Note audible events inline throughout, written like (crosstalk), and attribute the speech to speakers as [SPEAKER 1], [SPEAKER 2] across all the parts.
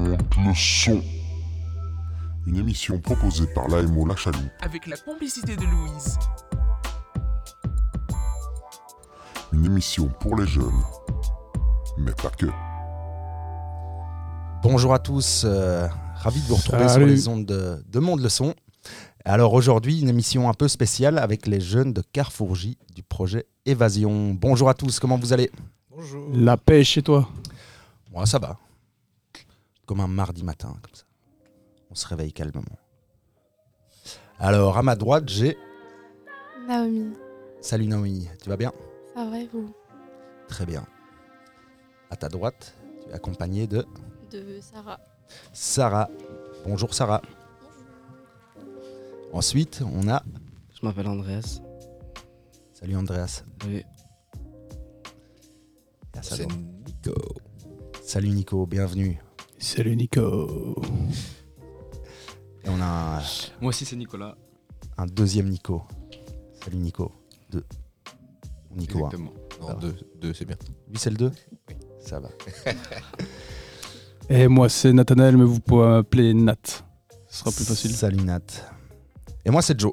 [SPEAKER 1] Euh, son. Une émission proposée par l'AMO La Chaloupe,
[SPEAKER 2] avec la complicité de Louise.
[SPEAKER 1] une émission pour les jeunes. Mais pas que.
[SPEAKER 3] Bonjour à tous, euh, ravi de vous retrouver
[SPEAKER 4] Salut.
[SPEAKER 3] sur les ondes de, de Monde Leçon. Alors aujourd'hui, une émission un peu spéciale avec les jeunes de Carrefour J du projet Évasion. Bonjour à tous, comment vous allez
[SPEAKER 5] Bonjour.
[SPEAKER 4] La paix est chez toi.
[SPEAKER 3] Moi, ça va. Comme un mardi matin, comme ça. On se réveille calmement. Alors, à ma droite, j'ai...
[SPEAKER 6] Naomi,
[SPEAKER 3] Salut Naomi, tu vas bien
[SPEAKER 6] ça va et vous
[SPEAKER 3] Très bien. À ta droite, tu es accompagnée de
[SPEAKER 6] De Sarah.
[SPEAKER 3] Sarah. Bonjour Sarah. Ensuite, on a...
[SPEAKER 5] Je m'appelle Andreas.
[SPEAKER 3] Salut Andreas.
[SPEAKER 5] Oui.
[SPEAKER 3] Et à sa droite, Nico. Salut Nico, bienvenue.
[SPEAKER 4] Salut Nico.
[SPEAKER 3] Et on a un,
[SPEAKER 5] Moi aussi c'est Nicolas.
[SPEAKER 3] un deuxième Nico. Salut Nico. Deux. Nico, hein.
[SPEAKER 7] Exactement.
[SPEAKER 3] Ça
[SPEAKER 7] Non,
[SPEAKER 3] va.
[SPEAKER 7] deux, deux c'est bien.
[SPEAKER 3] lui c'est le deux Ça
[SPEAKER 7] (laughs)
[SPEAKER 3] va.
[SPEAKER 4] Et moi c'est Nathanaël, mais vous pouvez m'appeler Nat. Ce sera plus facile.
[SPEAKER 3] Salut Nat. Et moi c'est Joe.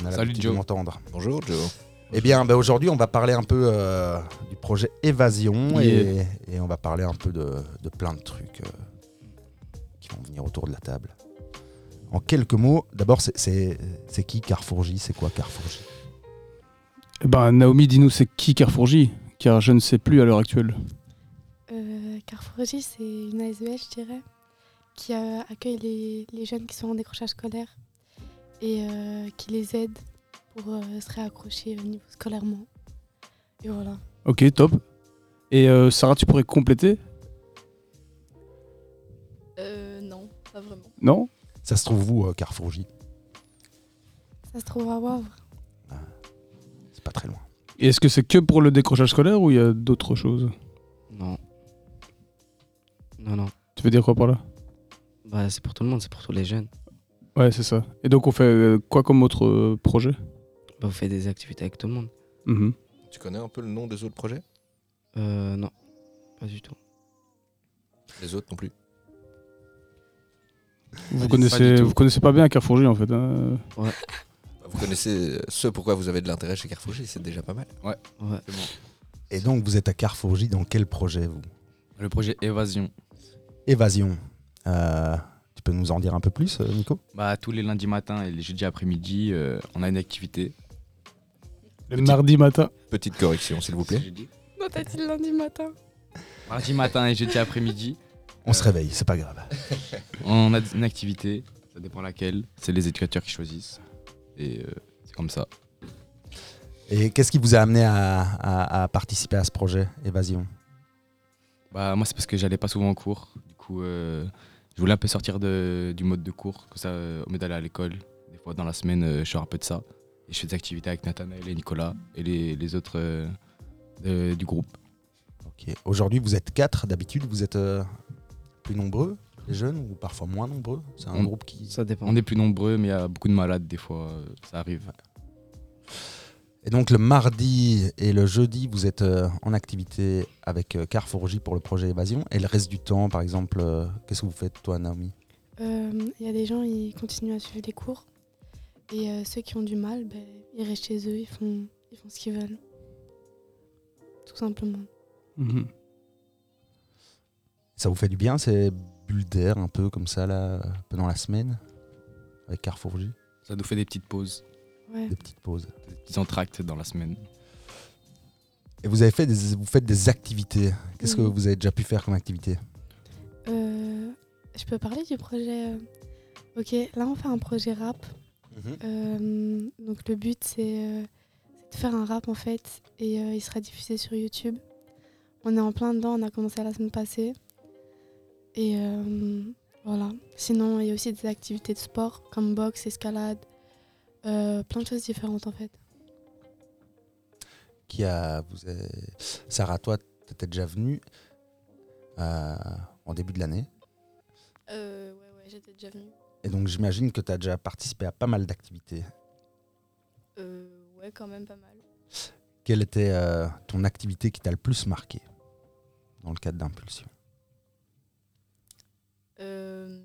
[SPEAKER 3] On a
[SPEAKER 7] Salut,
[SPEAKER 3] l'habitude de
[SPEAKER 7] Joe.
[SPEAKER 3] m'entendre.
[SPEAKER 7] Bonjour Joe.
[SPEAKER 3] Eh bien, bah, aujourd'hui, on va parler un peu euh, du projet Évasion
[SPEAKER 4] Yeah.
[SPEAKER 3] et, et on va parler un peu de, de plein de trucs euh, qui vont venir autour de la table. En quelques mots, d'abord, c'est- c'est c'est qui Carrefour J C'est quoi Carrefour J
[SPEAKER 4] Eh ben Naomi, dis-nous c'est qui Carrefour J Car je ne sais plus à l'heure actuelle.
[SPEAKER 6] Euh, Carrefour J, c'est une ASEL, je dirais, qui euh, accueille les, les jeunes qui sont en décrochage scolaire et euh, qui les aide pour euh, se réaccrocher au niveau scolairement. Et voilà.
[SPEAKER 4] Ok, top. Et euh, Sarah, tu pourrais compléter
[SPEAKER 8] Euh, non, pas vraiment.
[SPEAKER 4] Non
[SPEAKER 3] Ça se trouve où, euh, Carrefour J
[SPEAKER 6] Ça se trouve à Wavre.
[SPEAKER 3] C'est pas très loin.
[SPEAKER 4] Et est-ce que c'est que pour le décrochage scolaire ou il y a d'autres choses
[SPEAKER 5] Non. Non, non.
[SPEAKER 4] Tu veux dire quoi par là
[SPEAKER 5] Bah c'est pour tout le monde, c'est pour tous les jeunes.
[SPEAKER 4] Ouais, c'est ça. Et donc on fait euh, quoi comme autre euh, projet
[SPEAKER 5] Bah vous faites des activités avec tout le monde.
[SPEAKER 4] Mhm.
[SPEAKER 7] Tu connais un peu le nom des autres projets
[SPEAKER 5] Euh, non. Pas du tout.
[SPEAKER 7] Les autres non plus.
[SPEAKER 4] Vous
[SPEAKER 5] Pas
[SPEAKER 4] connaissez,
[SPEAKER 5] du tout.
[SPEAKER 4] vous connaissez pas bien Carrefour J en fait. hein
[SPEAKER 7] Vous connaissez euh, ce pourquoi vous avez de l'intérêt chez Carrefour J, c'est déjà pas mal.
[SPEAKER 5] Ouais.
[SPEAKER 3] Et donc, vous êtes à Carrefour J dans quel projet, vous
[SPEAKER 9] Le projet Évasion.
[SPEAKER 3] Évasion. Euh, tu peux nous en dire un peu plus, euh, Nico
[SPEAKER 9] Bah, tous les lundis matins et les jeudis après-midi, euh, on a une activité.
[SPEAKER 4] Le mardi matin.
[SPEAKER 7] Petite correction s'il
[SPEAKER 5] (laughs)
[SPEAKER 7] vous plaît.
[SPEAKER 6] Non, t'as dit lundi matin
[SPEAKER 9] Mardi matin et jeudi après-midi,
[SPEAKER 3] On se réveille, c'est pas grave.
[SPEAKER 9] on a une activité. Ça dépend laquelle. C'est les éducateurs qui choisissent. Et euh, c'est comme ça.
[SPEAKER 3] Et qu'est-ce qui vous a amené à, à- à participer à ce projet Évasion
[SPEAKER 9] Bah, moi, c'est parce que j'allais pas souvent en cours. Du coup, euh, je voulais un peu sortir de- du mode de cours. Comme ça, euh, au lieu d'aller à l'école, des fois dans la semaine, euh, je sors un peu de ça. Et je fais des activités avec Nathanaël et Nicolas et les, les autres euh, de- du groupe.
[SPEAKER 3] Ok. Aujourd'hui, vous êtes quatre. D'habitude, vous êtes euh, plus nombreux, les jeunes, ou parfois moins nombreux. C'est un
[SPEAKER 9] On-
[SPEAKER 3] groupe qui.
[SPEAKER 5] Ça dépend.
[SPEAKER 9] On est plus nombreux, mais il y a beaucoup de malades des fois. euh, Ça arrive.
[SPEAKER 3] Et donc, le mardi et le jeudi, vous êtes euh, en activité avec euh, Carrefour J pour le projet Évasion. Et le reste du temps, par exemple, euh, qu'est-ce que vous faites, toi, Naomi
[SPEAKER 6] Euh, Il y a des gens, ils continuent à suivre les cours. Et euh, ceux qui ont du mal, ben, ils restent chez eux, ils font, ils font ce qu'ils veulent. Tout simplement.
[SPEAKER 4] Mhm.
[SPEAKER 3] Ça vous fait du bien, ces bulles d'air un peu comme ça, là, pendant la semaine, avec Carrefour J
[SPEAKER 9] Ça nous fait des petites pauses,
[SPEAKER 6] Ouais.
[SPEAKER 3] Des petites pauses.
[SPEAKER 9] des petits entractes dans la semaine.
[SPEAKER 3] Et vous avez fait des, vous faites des activités. Qu'est-ce que
[SPEAKER 6] Mhm.
[SPEAKER 3] vous avez déjà pu faire comme activité
[SPEAKER 6] Euh, je peux parler du projet. euh, Ok, là on fait un projet rap.
[SPEAKER 7] Mhm.
[SPEAKER 6] Euh, donc le but c'est euh, c'est de faire un rap en fait et euh, il sera diffusé sur YouTube. On est en plein dedans, on a commencé la semaine passée. Et euh, voilà. Sinon il y a aussi des activités de sport comme boxe, escalade, euh, plein de choses différentes en fait.
[SPEAKER 3] Qui a, vous avez- Sarah, toi, tu étais déjà venue euh, en début de l'année.
[SPEAKER 8] Euh, ouais, ouais, j'étais déjà venue.
[SPEAKER 3] Et donc j'imagine que tu as déjà participé à pas mal d'activités.
[SPEAKER 8] Euh, ouais, quand même pas mal.
[SPEAKER 3] Quelle était euh, ton activité qui t'a le plus marqué dans le cadre d'Impulsion
[SPEAKER 8] Euh,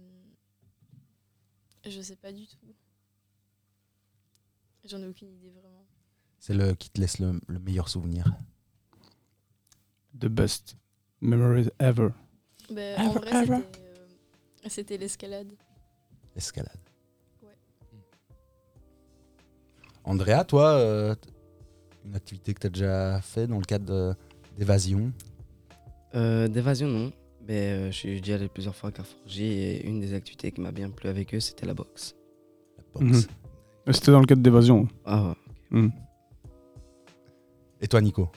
[SPEAKER 8] Je sais pas du tout. J'en ai aucune idée vraiment.
[SPEAKER 3] C'est le qui te laisse le, le meilleur souvenir.
[SPEAKER 4] The best memories ever.
[SPEAKER 8] Ben, en vrai, c'était, euh, c'était l'escalade.
[SPEAKER 3] Escalade.
[SPEAKER 8] Ouais.
[SPEAKER 3] Andrea, toi, euh, t- une activité que tu as déjà fait dans le cadre de- d'évasion
[SPEAKER 5] Euh, D'évasion, non. Mais euh, je suis déjà allé plusieurs fois à Carrefour J et une des activités qui m'a bien plu avec eux, c'était la boxe.
[SPEAKER 3] la boxe.
[SPEAKER 4] Mhm. C'était dans le cadre d'évasion. Mhm.
[SPEAKER 5] Ah ouais.
[SPEAKER 3] Et toi, Nico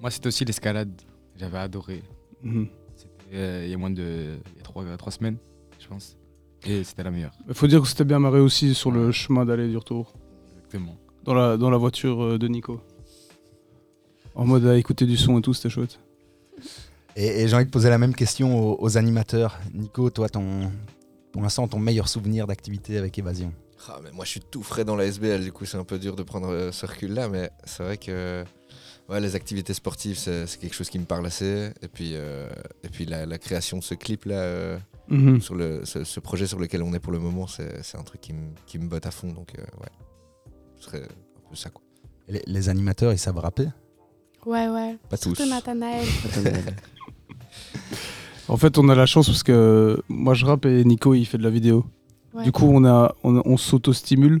[SPEAKER 9] Moi, c'était aussi l'escalade. J'avais adoré.
[SPEAKER 4] Mhm.
[SPEAKER 9] C'était euh, il y a moins de il y a trois, euh, trois semaines, je pense. Et c'était la meilleure.
[SPEAKER 4] Faut dire que c'était bien marré aussi sur le chemin d'aller et du retour,
[SPEAKER 9] Exactement.
[SPEAKER 4] dans la, dans la voiture euh, de Nico. En mode à écouter du son et tout, c'était chouette.
[SPEAKER 3] Et, et j'ai envie de poser la même question aux, aux animateurs. Nico, toi, ton, pour l'instant, ton meilleur souvenir d'activité avec évasion
[SPEAKER 7] Ah, mais moi, je suis tout frais dans la SBL, du coup, c'est un peu dur de prendre euh, ce recul-là, mais c'est vrai que ouais, les activités sportives, c'est c'est quelque chose qui me parle assez. Et puis, euh, et puis la, la création de ce clip-là, euh,
[SPEAKER 4] Mhm.
[SPEAKER 7] sur le, ce, ce projet sur lequel on est pour le moment, c'est c'est un truc qui me, qui me botte à fond. Donc, euh, ouais, ce serait un peu ça, quoi.
[SPEAKER 3] les, les animateurs, ils savent rapper
[SPEAKER 6] Ouais, ouais.
[SPEAKER 7] Pas tous.
[SPEAKER 6] Surtout
[SPEAKER 7] (laughs)
[SPEAKER 6] Nathanaël.
[SPEAKER 5] Attendez.
[SPEAKER 4] En fait, on a la chance parce que moi je rappe et Nico il fait de la vidéo.
[SPEAKER 6] Ouais.
[SPEAKER 4] Du coup, on, a, on, on s'auto-stimule.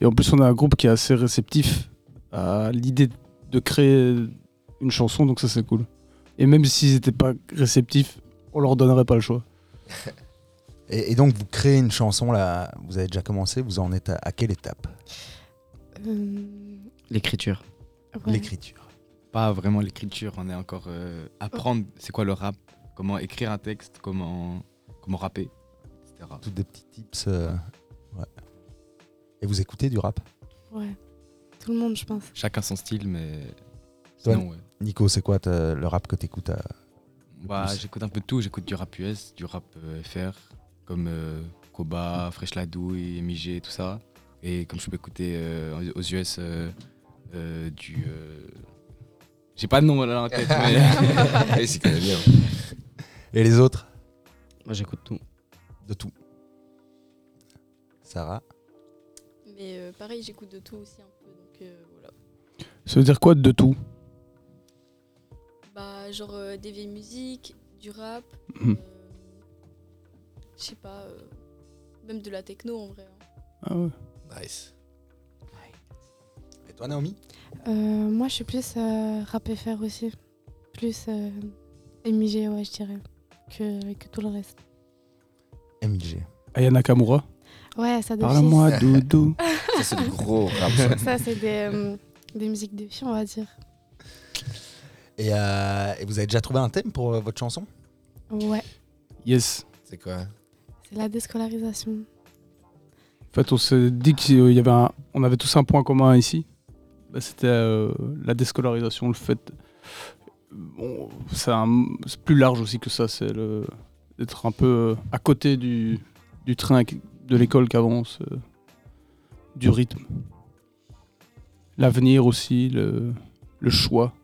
[SPEAKER 4] Et en plus, on a un groupe qui est assez réceptif à l'idée de créer une chanson, donc ça c'est cool. Et même s'ils n'étaient pas réceptifs, on leur donnerait pas le choix.
[SPEAKER 3] et, et donc, vous créez une chanson, là, vous avez déjà commencé, vous en êtes à, à quelle étape
[SPEAKER 6] Euh,
[SPEAKER 5] L'écriture.
[SPEAKER 6] ouais.
[SPEAKER 3] L'écriture.
[SPEAKER 9] Pas vraiment l'écriture, on est encore euh, apprendre c'est quoi le rap, comment écrire un texte, comment, comment rapper, etc.
[SPEAKER 3] Toutes des petits tips. euh, ouais. Et vous écoutez du rap
[SPEAKER 6] Ouais. Tout le monde, je pense.
[SPEAKER 9] Chacun son style, mais.
[SPEAKER 3] Toi,
[SPEAKER 9] Sinon, ouais.
[SPEAKER 3] Nico, c'est quoi ta- le rap que t'écoutes à...
[SPEAKER 9] Bah,
[SPEAKER 3] plus.
[SPEAKER 9] j'écoute un peu de tout, j'écoute du rap US, du rap euh, FR, comme euh, Koba, Fresh La Douille, MIG, tout ça. Et comme je peux écouter euh, aux US euh, euh, du. euh, J'ai pas de nom là en tête, mais.
[SPEAKER 5] (laughs)
[SPEAKER 7] Et s'y connaît bien.
[SPEAKER 3] Et les autres
[SPEAKER 5] Moi j'écoute tout.
[SPEAKER 3] De tout. Sarah
[SPEAKER 8] Mais euh, pareil, j'écoute de tout aussi un peu. Donc euh, voilà.
[SPEAKER 4] Ça veut dire quoi de tout
[SPEAKER 8] Bah, genre euh, des vieilles musiques, du rap,
[SPEAKER 4] Mhm.
[SPEAKER 8] euh, je sais pas, euh, même de la techno en vrai. hein.
[SPEAKER 4] Ah ouais.
[SPEAKER 7] Nice.
[SPEAKER 3] Et toi, Naomi
[SPEAKER 6] Euh, moi, je suis plus euh, rap FR aussi. Plus euh, MIG, ouais, je dirais. Que, que tout le reste.
[SPEAKER 3] MIG.
[SPEAKER 4] Aya Nakamura,
[SPEAKER 6] Ouais, ça de fils.
[SPEAKER 4] parle-moi
[SPEAKER 6] (laughs)
[SPEAKER 4] doudou.
[SPEAKER 7] (laughs) Ça, c'est du gros rap. ça.
[SPEAKER 6] Ça, c'est des, euh, des musiques de filles, on va dire.
[SPEAKER 3] Et, euh, et vous avez déjà trouvé un thème pour euh, votre chanson
[SPEAKER 6] Ouais,
[SPEAKER 4] Yes.
[SPEAKER 7] C'est quoi
[SPEAKER 6] c'est la déscolarisation.
[SPEAKER 4] En fait, on s'est dit qu'il y avait un- on avait tous un point commun ici. Bah, C'était euh, la déscolarisation, le fait. Bon, c'est un- c'est plus large aussi que ça, c'est le- d'être un peu euh, à côté du, du train qui- de l'école qui avance, euh, du rythme. L'avenir aussi, le, le choix,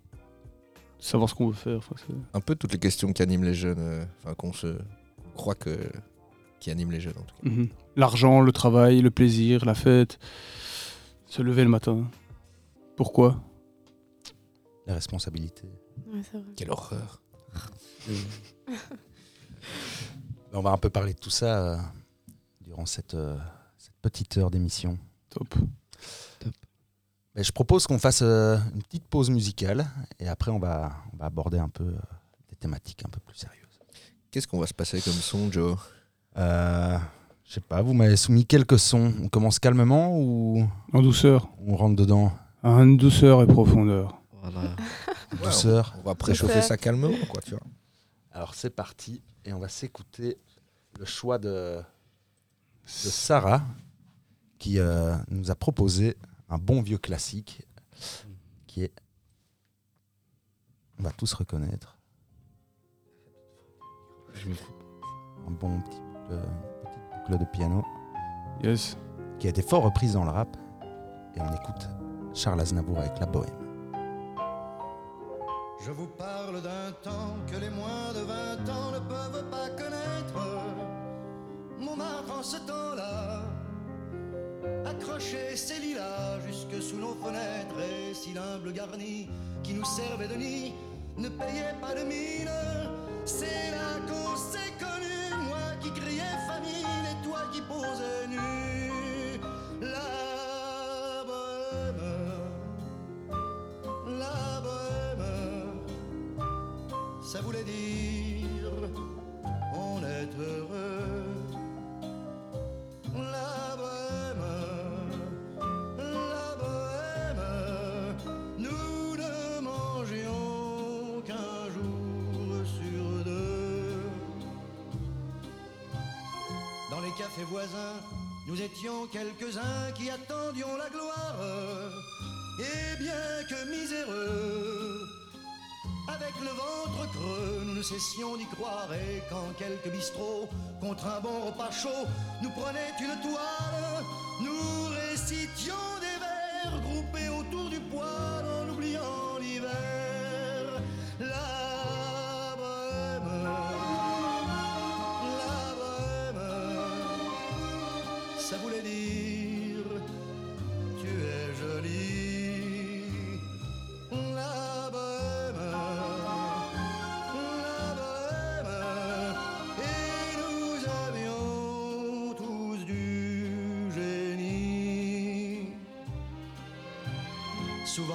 [SPEAKER 4] savoir ce qu'on veut faire. enfin, c'est-
[SPEAKER 7] Un peu toutes les questions qui animent les jeunes, euh, enfin, qu'on se qu'on croit que. qui animent les jeunes, en tout cas.
[SPEAKER 4] Mhm. L'argent, le travail, le plaisir, la fête. Se lever le matin. Pourquoi
[SPEAKER 3] La responsabilité.
[SPEAKER 6] Ouais, c'est vrai.
[SPEAKER 7] Quelle horreur.
[SPEAKER 3] (laughs) On va un peu parler de tout ça euh, durant cette, euh, cette petite heure d'émission.
[SPEAKER 4] Top.
[SPEAKER 3] Mais je propose qu'on fasse euh, une petite pause musicale et après on va, on va aborder un peu euh, des thématiques un peu plus sérieuses.
[SPEAKER 7] Qu'est-ce qu'on va se passer comme son, Joe
[SPEAKER 3] Euh, je sais pas, vous m'avez soumis quelques sons. On commence calmement ou
[SPEAKER 4] En douceur.
[SPEAKER 3] on rentre dedans
[SPEAKER 4] En douceur et profondeur. (laughs)
[SPEAKER 5] Voilà.
[SPEAKER 3] en douceur
[SPEAKER 7] On va préchauffer
[SPEAKER 6] Ouais.
[SPEAKER 7] ça calmement, quoi, tu vois.
[SPEAKER 3] Alors c'est parti et on va s'écouter le choix de, de Sarah qui euh, nous a proposé un bon vieux classique qui est on va tous reconnaître
[SPEAKER 9] Je me-
[SPEAKER 3] un bon petit boucle, une petite boucle de piano
[SPEAKER 4] Yes.
[SPEAKER 3] qui a été fort reprise dans le rap et on écoute Charles Aznavour avec la bohème.
[SPEAKER 10] Je vous parle d'un temps que les moins de 20 ans ne peuvent pas connaître. Montmartre en ce temps-là accrocher ces lilas jusque sous nos fenêtres et si l'humble garni qui nous servait de nid ne payait pas de mine. C'est là qu'on s'est connus, moi qui criais famine et toi qui posais nu. La bohème, la bohème, ça voulait dire on est heureux. La bohème, la bohème, nous ne mangeons qu'un jour sur deux. Dans les cafés voisins, nous étions quelques-uns qui attendions la gloire. Et bien que miséreux, avec le ventre creux, nous ne cessions d'y croire et quand quelques bistrots, contre un bon repas chaud, nous prenaient une toile, nous récitions des vers groupés autour du poêle en oubliant l'hiver. La bohème, la bohème, ça voulait dire tu es jolie. La bohème, la bohème, et nous avions tous du génie. Souvent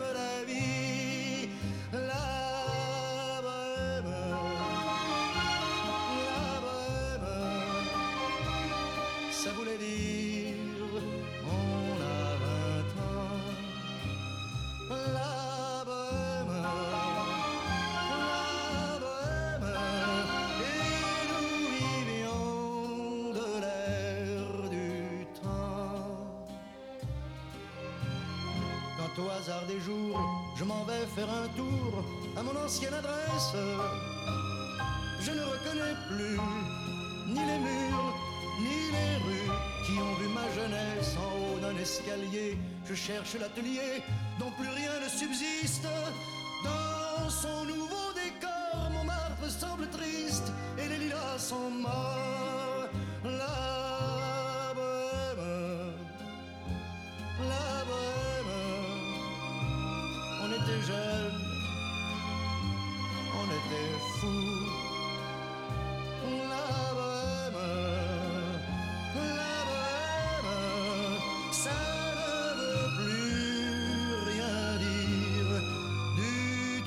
[SPEAKER 10] la vie. La bohème, la bohème, ça voulait dire on a 20 ans. La bohème, la bohème, et nous vivions de l'air du temps. Quant au hasard des jours, je m'en vais faire un tour à mon ancienne adresse. Je ne reconnais plus ni les murs, ni les rues qui ont vu ma jeunesse en haut d'un escalier. Je cherche l'atelier dont plus rien ne subsiste. Dans son nouveau décor, mon marbre semble triste et les lilas sont morts. La bohème, la bohème, on était jeunes, on était fous. La bohème, la bohème, ça ne veut plus rien dire du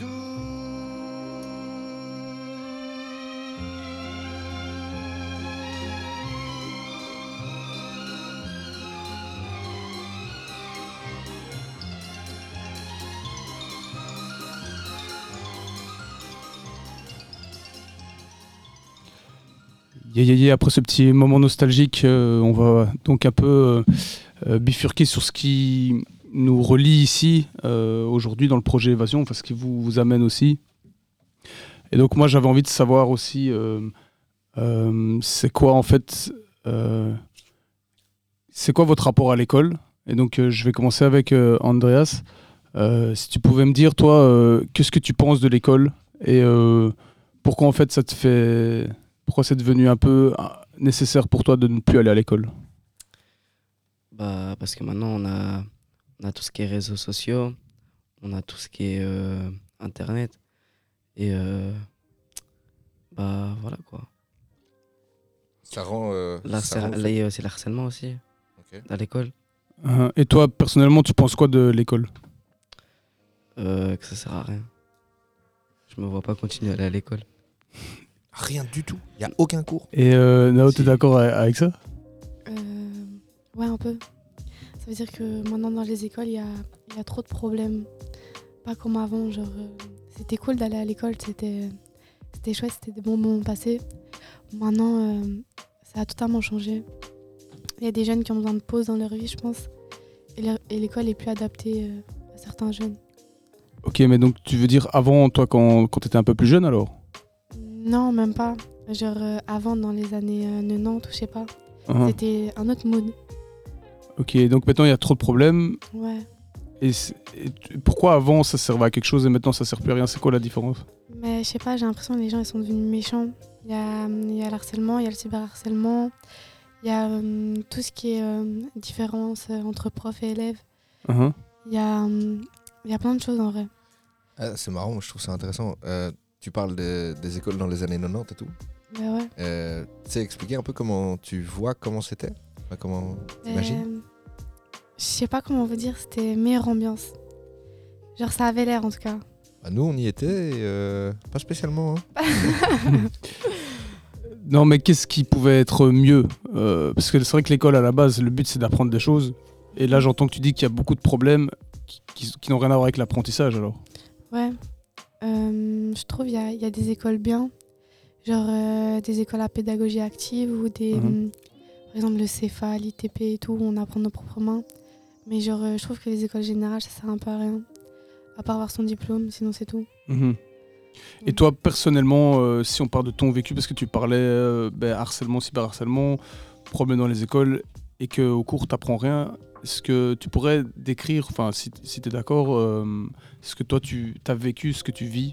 [SPEAKER 4] Yeah, yeah, yeah. Après ce petit moment nostalgique, euh, on va donc un peu euh, euh, bifurquer sur ce qui nous relie ici euh, aujourd'hui dans le projet Évasion, enfin ce qui vous, vous amène aussi. Et donc moi j'avais envie de savoir aussi euh, euh, c'est quoi en fait euh, c'est quoi votre rapport à l'école Et donc euh, je vais commencer avec euh, Andreas. Euh, si tu pouvais me dire toi euh, qu'est-ce que tu penses de l'école et euh, pourquoi en fait ça te fait pourquoi c'est devenu un peu euh, nécessaire pour toi de ne plus aller à l'école
[SPEAKER 5] Bah, parce que maintenant, on a, on a tout ce qui est réseaux sociaux, on a tout ce qui est euh, Internet. Et euh, bah, voilà quoi.
[SPEAKER 7] Ça rend. euh,
[SPEAKER 5] Là,
[SPEAKER 7] ça
[SPEAKER 5] c'est
[SPEAKER 7] rend-
[SPEAKER 5] là, il y a aussi le harcèlement aussi,
[SPEAKER 7] Ok.
[SPEAKER 5] à l'école,
[SPEAKER 4] Euh, Et toi personnellement tu penses quoi de l'école
[SPEAKER 5] euh, que ça sert à rien. Je me vois pas continuer à aller à l'école.
[SPEAKER 3] Rien du tout. Il n'y
[SPEAKER 7] Mm.
[SPEAKER 3] a aucun cours.
[SPEAKER 4] Et euh, Nao t'es d'accord a- avec ça
[SPEAKER 6] Euh, ouais, un peu. Ça veut dire que maintenant dans les écoles, il y a, il y a trop de problèmes. Pas comme avant, genre euh, c'était cool d'aller à l'école, c'était c'était chouette, c'était des bons moments passés. Maintenant, euh, ça a totalement changé. Il y a des jeunes qui ont besoin de pause dans leur vie, je pense. Et leur- Et l'école est plus adaptée euh, à certains jeunes.
[SPEAKER 4] Ok, mais donc tu veux dire avant, toi, quand, quand tu étais un peu plus jeune alors
[SPEAKER 6] Mm, Non, même pas. Genre euh, avant, dans les années euh, 90, ou je sais pas.
[SPEAKER 4] Ah.
[SPEAKER 6] C'était un autre mood.
[SPEAKER 4] Ok, donc maintenant il y a trop de problèmes.
[SPEAKER 6] Ouais.
[SPEAKER 4] Et, c'est- et tu- pourquoi avant ça servait à quelque chose et maintenant ça sert plus à rien C'est quoi la différence
[SPEAKER 6] Mais je sais pas, j'ai l'impression que les gens ils sont devenus méchants. Il y a, hum, il y a l'harcèlement, il y a le cyberharcèlement, il y a hum, tout ce qui est hum, différence euh, entre prof et élève.
[SPEAKER 4] Mhm.
[SPEAKER 6] Il y, a, hum, il y a plein de choses en vrai.
[SPEAKER 7] Ah, c'est marrant, moi, je trouve ça intéressant. Euh, tu parles des- des écoles dans les années 90 et tout.
[SPEAKER 6] Bah ouais.
[SPEAKER 7] Euh, tu sais, expliquer un peu comment tu vois comment c'était Enfin, Comment t'imagines
[SPEAKER 6] Euh, je sais pas comment vous dire, c'était meilleure ambiance. Genre ça avait l'air en tout cas.
[SPEAKER 7] Bah, Nous, on y était, et, euh, pas spécialement.
[SPEAKER 6] (laughs)
[SPEAKER 7] hein.
[SPEAKER 4] Non, mais qu'est-ce qui pouvait être mieux Euh, Parce que c'est vrai que l'école, à la base, le but, c'est d'apprendre des choses. Et là, j'entends que tu dis qu'il y a beaucoup de problèmes qui, qui- qui n'ont rien à voir avec l'apprentissage, alors.
[SPEAKER 6] Ouais. Euh, je trouve il y a, il y a des écoles bien, genre euh, des écoles à pédagogie active ou des.
[SPEAKER 4] Mhm.
[SPEAKER 6] hum, par exemple, le CFA, l'ITP et tout, où on apprend de nos propres mains. Mais genre, euh, je trouve que les écoles générales, ça sert un peu à rien. À part avoir son diplôme, sinon c'est tout.
[SPEAKER 4] Mhm. Et toi, personnellement, euh, si on part de ton vécu, parce que tu parlais euh, ben, harcèlement, cyberharcèlement, problème dans les écoles, et qu'au cours, tu n'apprends rien, est-ce que tu pourrais décrire, enfin, si, tu es d'accord, euh, ce que toi, tu as vécu, ce que tu vis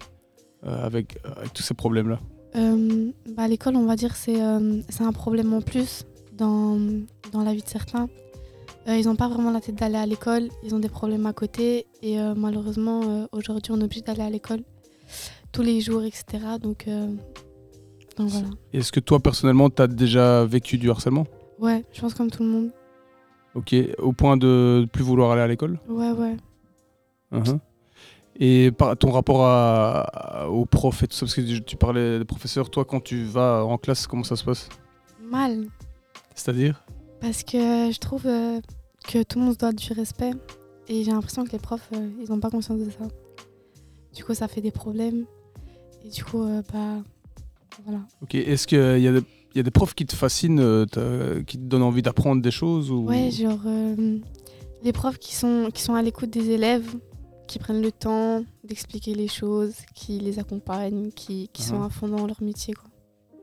[SPEAKER 4] euh, avec, avec tous ces problèmes-là
[SPEAKER 6] Euh, bah, à l'école, on va dire, c'est euh, c'est un problème en plus dans, dans la vie de certains. Euh, ils n'ont pas vraiment la tête d'aller à l'école, ils ont des problèmes à côté et euh, malheureusement, euh, aujourd'hui, on est obligé d'aller à l'école tous les jours, etc. Donc, euh, donc voilà.
[SPEAKER 4] Est-ce que toi, personnellement, tu as déjà vécu du harcèlement
[SPEAKER 6] Ouais, je pense comme tout le monde.
[SPEAKER 4] Ok, au point de plus vouloir aller à l'école
[SPEAKER 6] Ouais, ouais.
[SPEAKER 4] Mhm. Et par ton rapport à, à- aux profs et tout ça, parce que tu- tu parlais des professeurs, toi quand tu vas en classe, comment ça se passe
[SPEAKER 6] Mal.
[SPEAKER 4] C'est-à-dire
[SPEAKER 6] Parce que je trouve euh, que tout le monde se doit du respect et j'ai l'impression que les profs, euh, ils n'ont pas conscience de ça. Du coup, ça fait des problèmes et du coup, euh, bah voilà.
[SPEAKER 4] Ok, est-ce qu'il y, a des- y a des profs qui te fascinent, euh, t'as- qui te donnent envie d'apprendre des choses ou...
[SPEAKER 6] Ouais, genre euh, les profs qui sont, qui sont à l'écoute des élèves, qui prennent le temps d'expliquer les choses, qui les accompagnent, qui, qui sont
[SPEAKER 4] Mhm.
[SPEAKER 6] à fond dans leur métier. Quoi.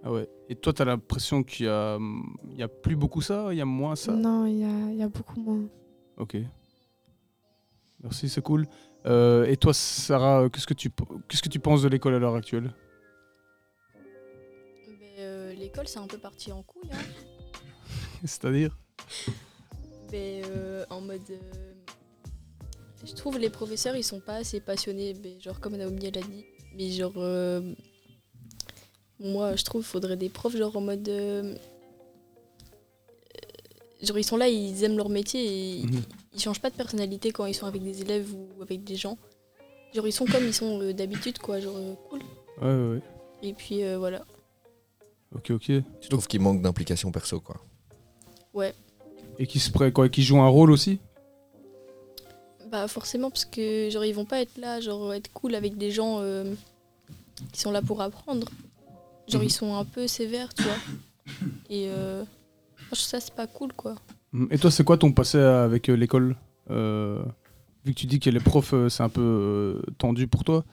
[SPEAKER 4] Ah ouais. Et toi, t'as l'impression qu'il y a, hum, il y a plus beaucoup ça, il y a moins ça
[SPEAKER 6] Non, il y a, il y a beaucoup moins.
[SPEAKER 4] Ok. Merci, c'est cool. Euh, et toi, Sarah, euh, qu'est-ce que tu p- qu'est-ce que tu penses de l'école à l'heure actuelle
[SPEAKER 8] Mais, euh, l'école, c'est un peu parti en couille. hein.
[SPEAKER 4] (laughs) C'est-à-dire
[SPEAKER 8] Mais, euh, en mode. euh, je trouve les professeurs, ils sont pas assez passionnés, mais genre comme Naomi elle a dit. Mais genre. euh, moi, je trouve qu'il faudrait des profs, genre en mode. euh, euh, genre ils sont là, ils aiment leur métier et ils-
[SPEAKER 4] Mhm.
[SPEAKER 8] ils changent pas de personnalité quand ils sont avec des élèves ou avec des gens. Genre ils sont comme ils sont euh, d'habitude, quoi. Genre euh, cool.
[SPEAKER 4] Ouais, ouais, ouais.
[SPEAKER 8] Et puis euh, voilà.
[SPEAKER 4] Ok, ok.
[SPEAKER 7] Tu trouves qu'il manque d'implication perso, quoi.
[SPEAKER 8] Ouais.
[SPEAKER 4] Et qui se pré- quoi, qui joue un rôle aussi
[SPEAKER 8] Bah forcément parce que genre ils vont pas être là, genre être cool avec des gens euh, qui sont là pour apprendre. Genre
[SPEAKER 4] Mhm.
[SPEAKER 8] ils sont un peu sévères, tu vois. Et euh, moi, je trouve ça c'est pas cool quoi.
[SPEAKER 4] Mm. Et toi, c'est quoi ton passé avec euh, l'école Euh, Vu que tu dis que les profs, euh, c'est un peu euh, tendu pour toi,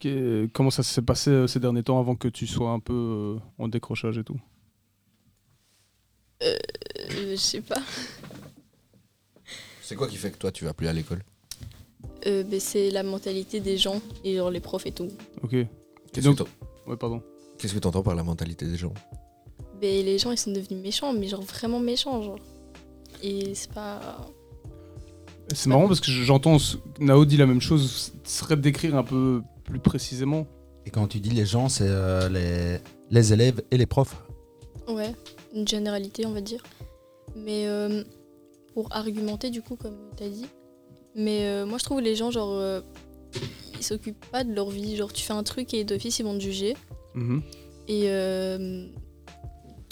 [SPEAKER 4] qu'est- comment ça s'est passé euh, ces derniers temps avant que tu sois un peu euh, en décrochage et tout
[SPEAKER 8] Euh, euh, je sais pas.
[SPEAKER 7] C'est quoi qui fait que toi, tu vas plus à l'école
[SPEAKER 8] Euh, mais c'est la mentalité des gens et genre les profs et tout.
[SPEAKER 4] Ok. Et
[SPEAKER 7] Qu'est-ce
[SPEAKER 4] donc-
[SPEAKER 7] que t'en-
[SPEAKER 4] Ouais, pardon.
[SPEAKER 7] qu'est-ce que t'entends par la mentalité des gens
[SPEAKER 8] Mais Ben, les gens ils sont devenus méchants, mais genre vraiment méchants genre. Et c'est pas.
[SPEAKER 4] C'est marrant parce que j'entends ce- Nao dit la même chose. Ce serait de décrire un peu plus précisément.
[SPEAKER 3] Et quand tu dis les gens, c'est euh, les, les élèves et les profs.
[SPEAKER 8] Ouais, une généralité, on va dire. Mais euh, pour argumenter, du coup, comme t'as dit. Mais euh, moi, je trouve les gens, genre, euh, ils s'occupent pas de leur vie. Genre, tu fais un truc et d'office, ils vont te juger.
[SPEAKER 4] Mhm.
[SPEAKER 8] Et euh,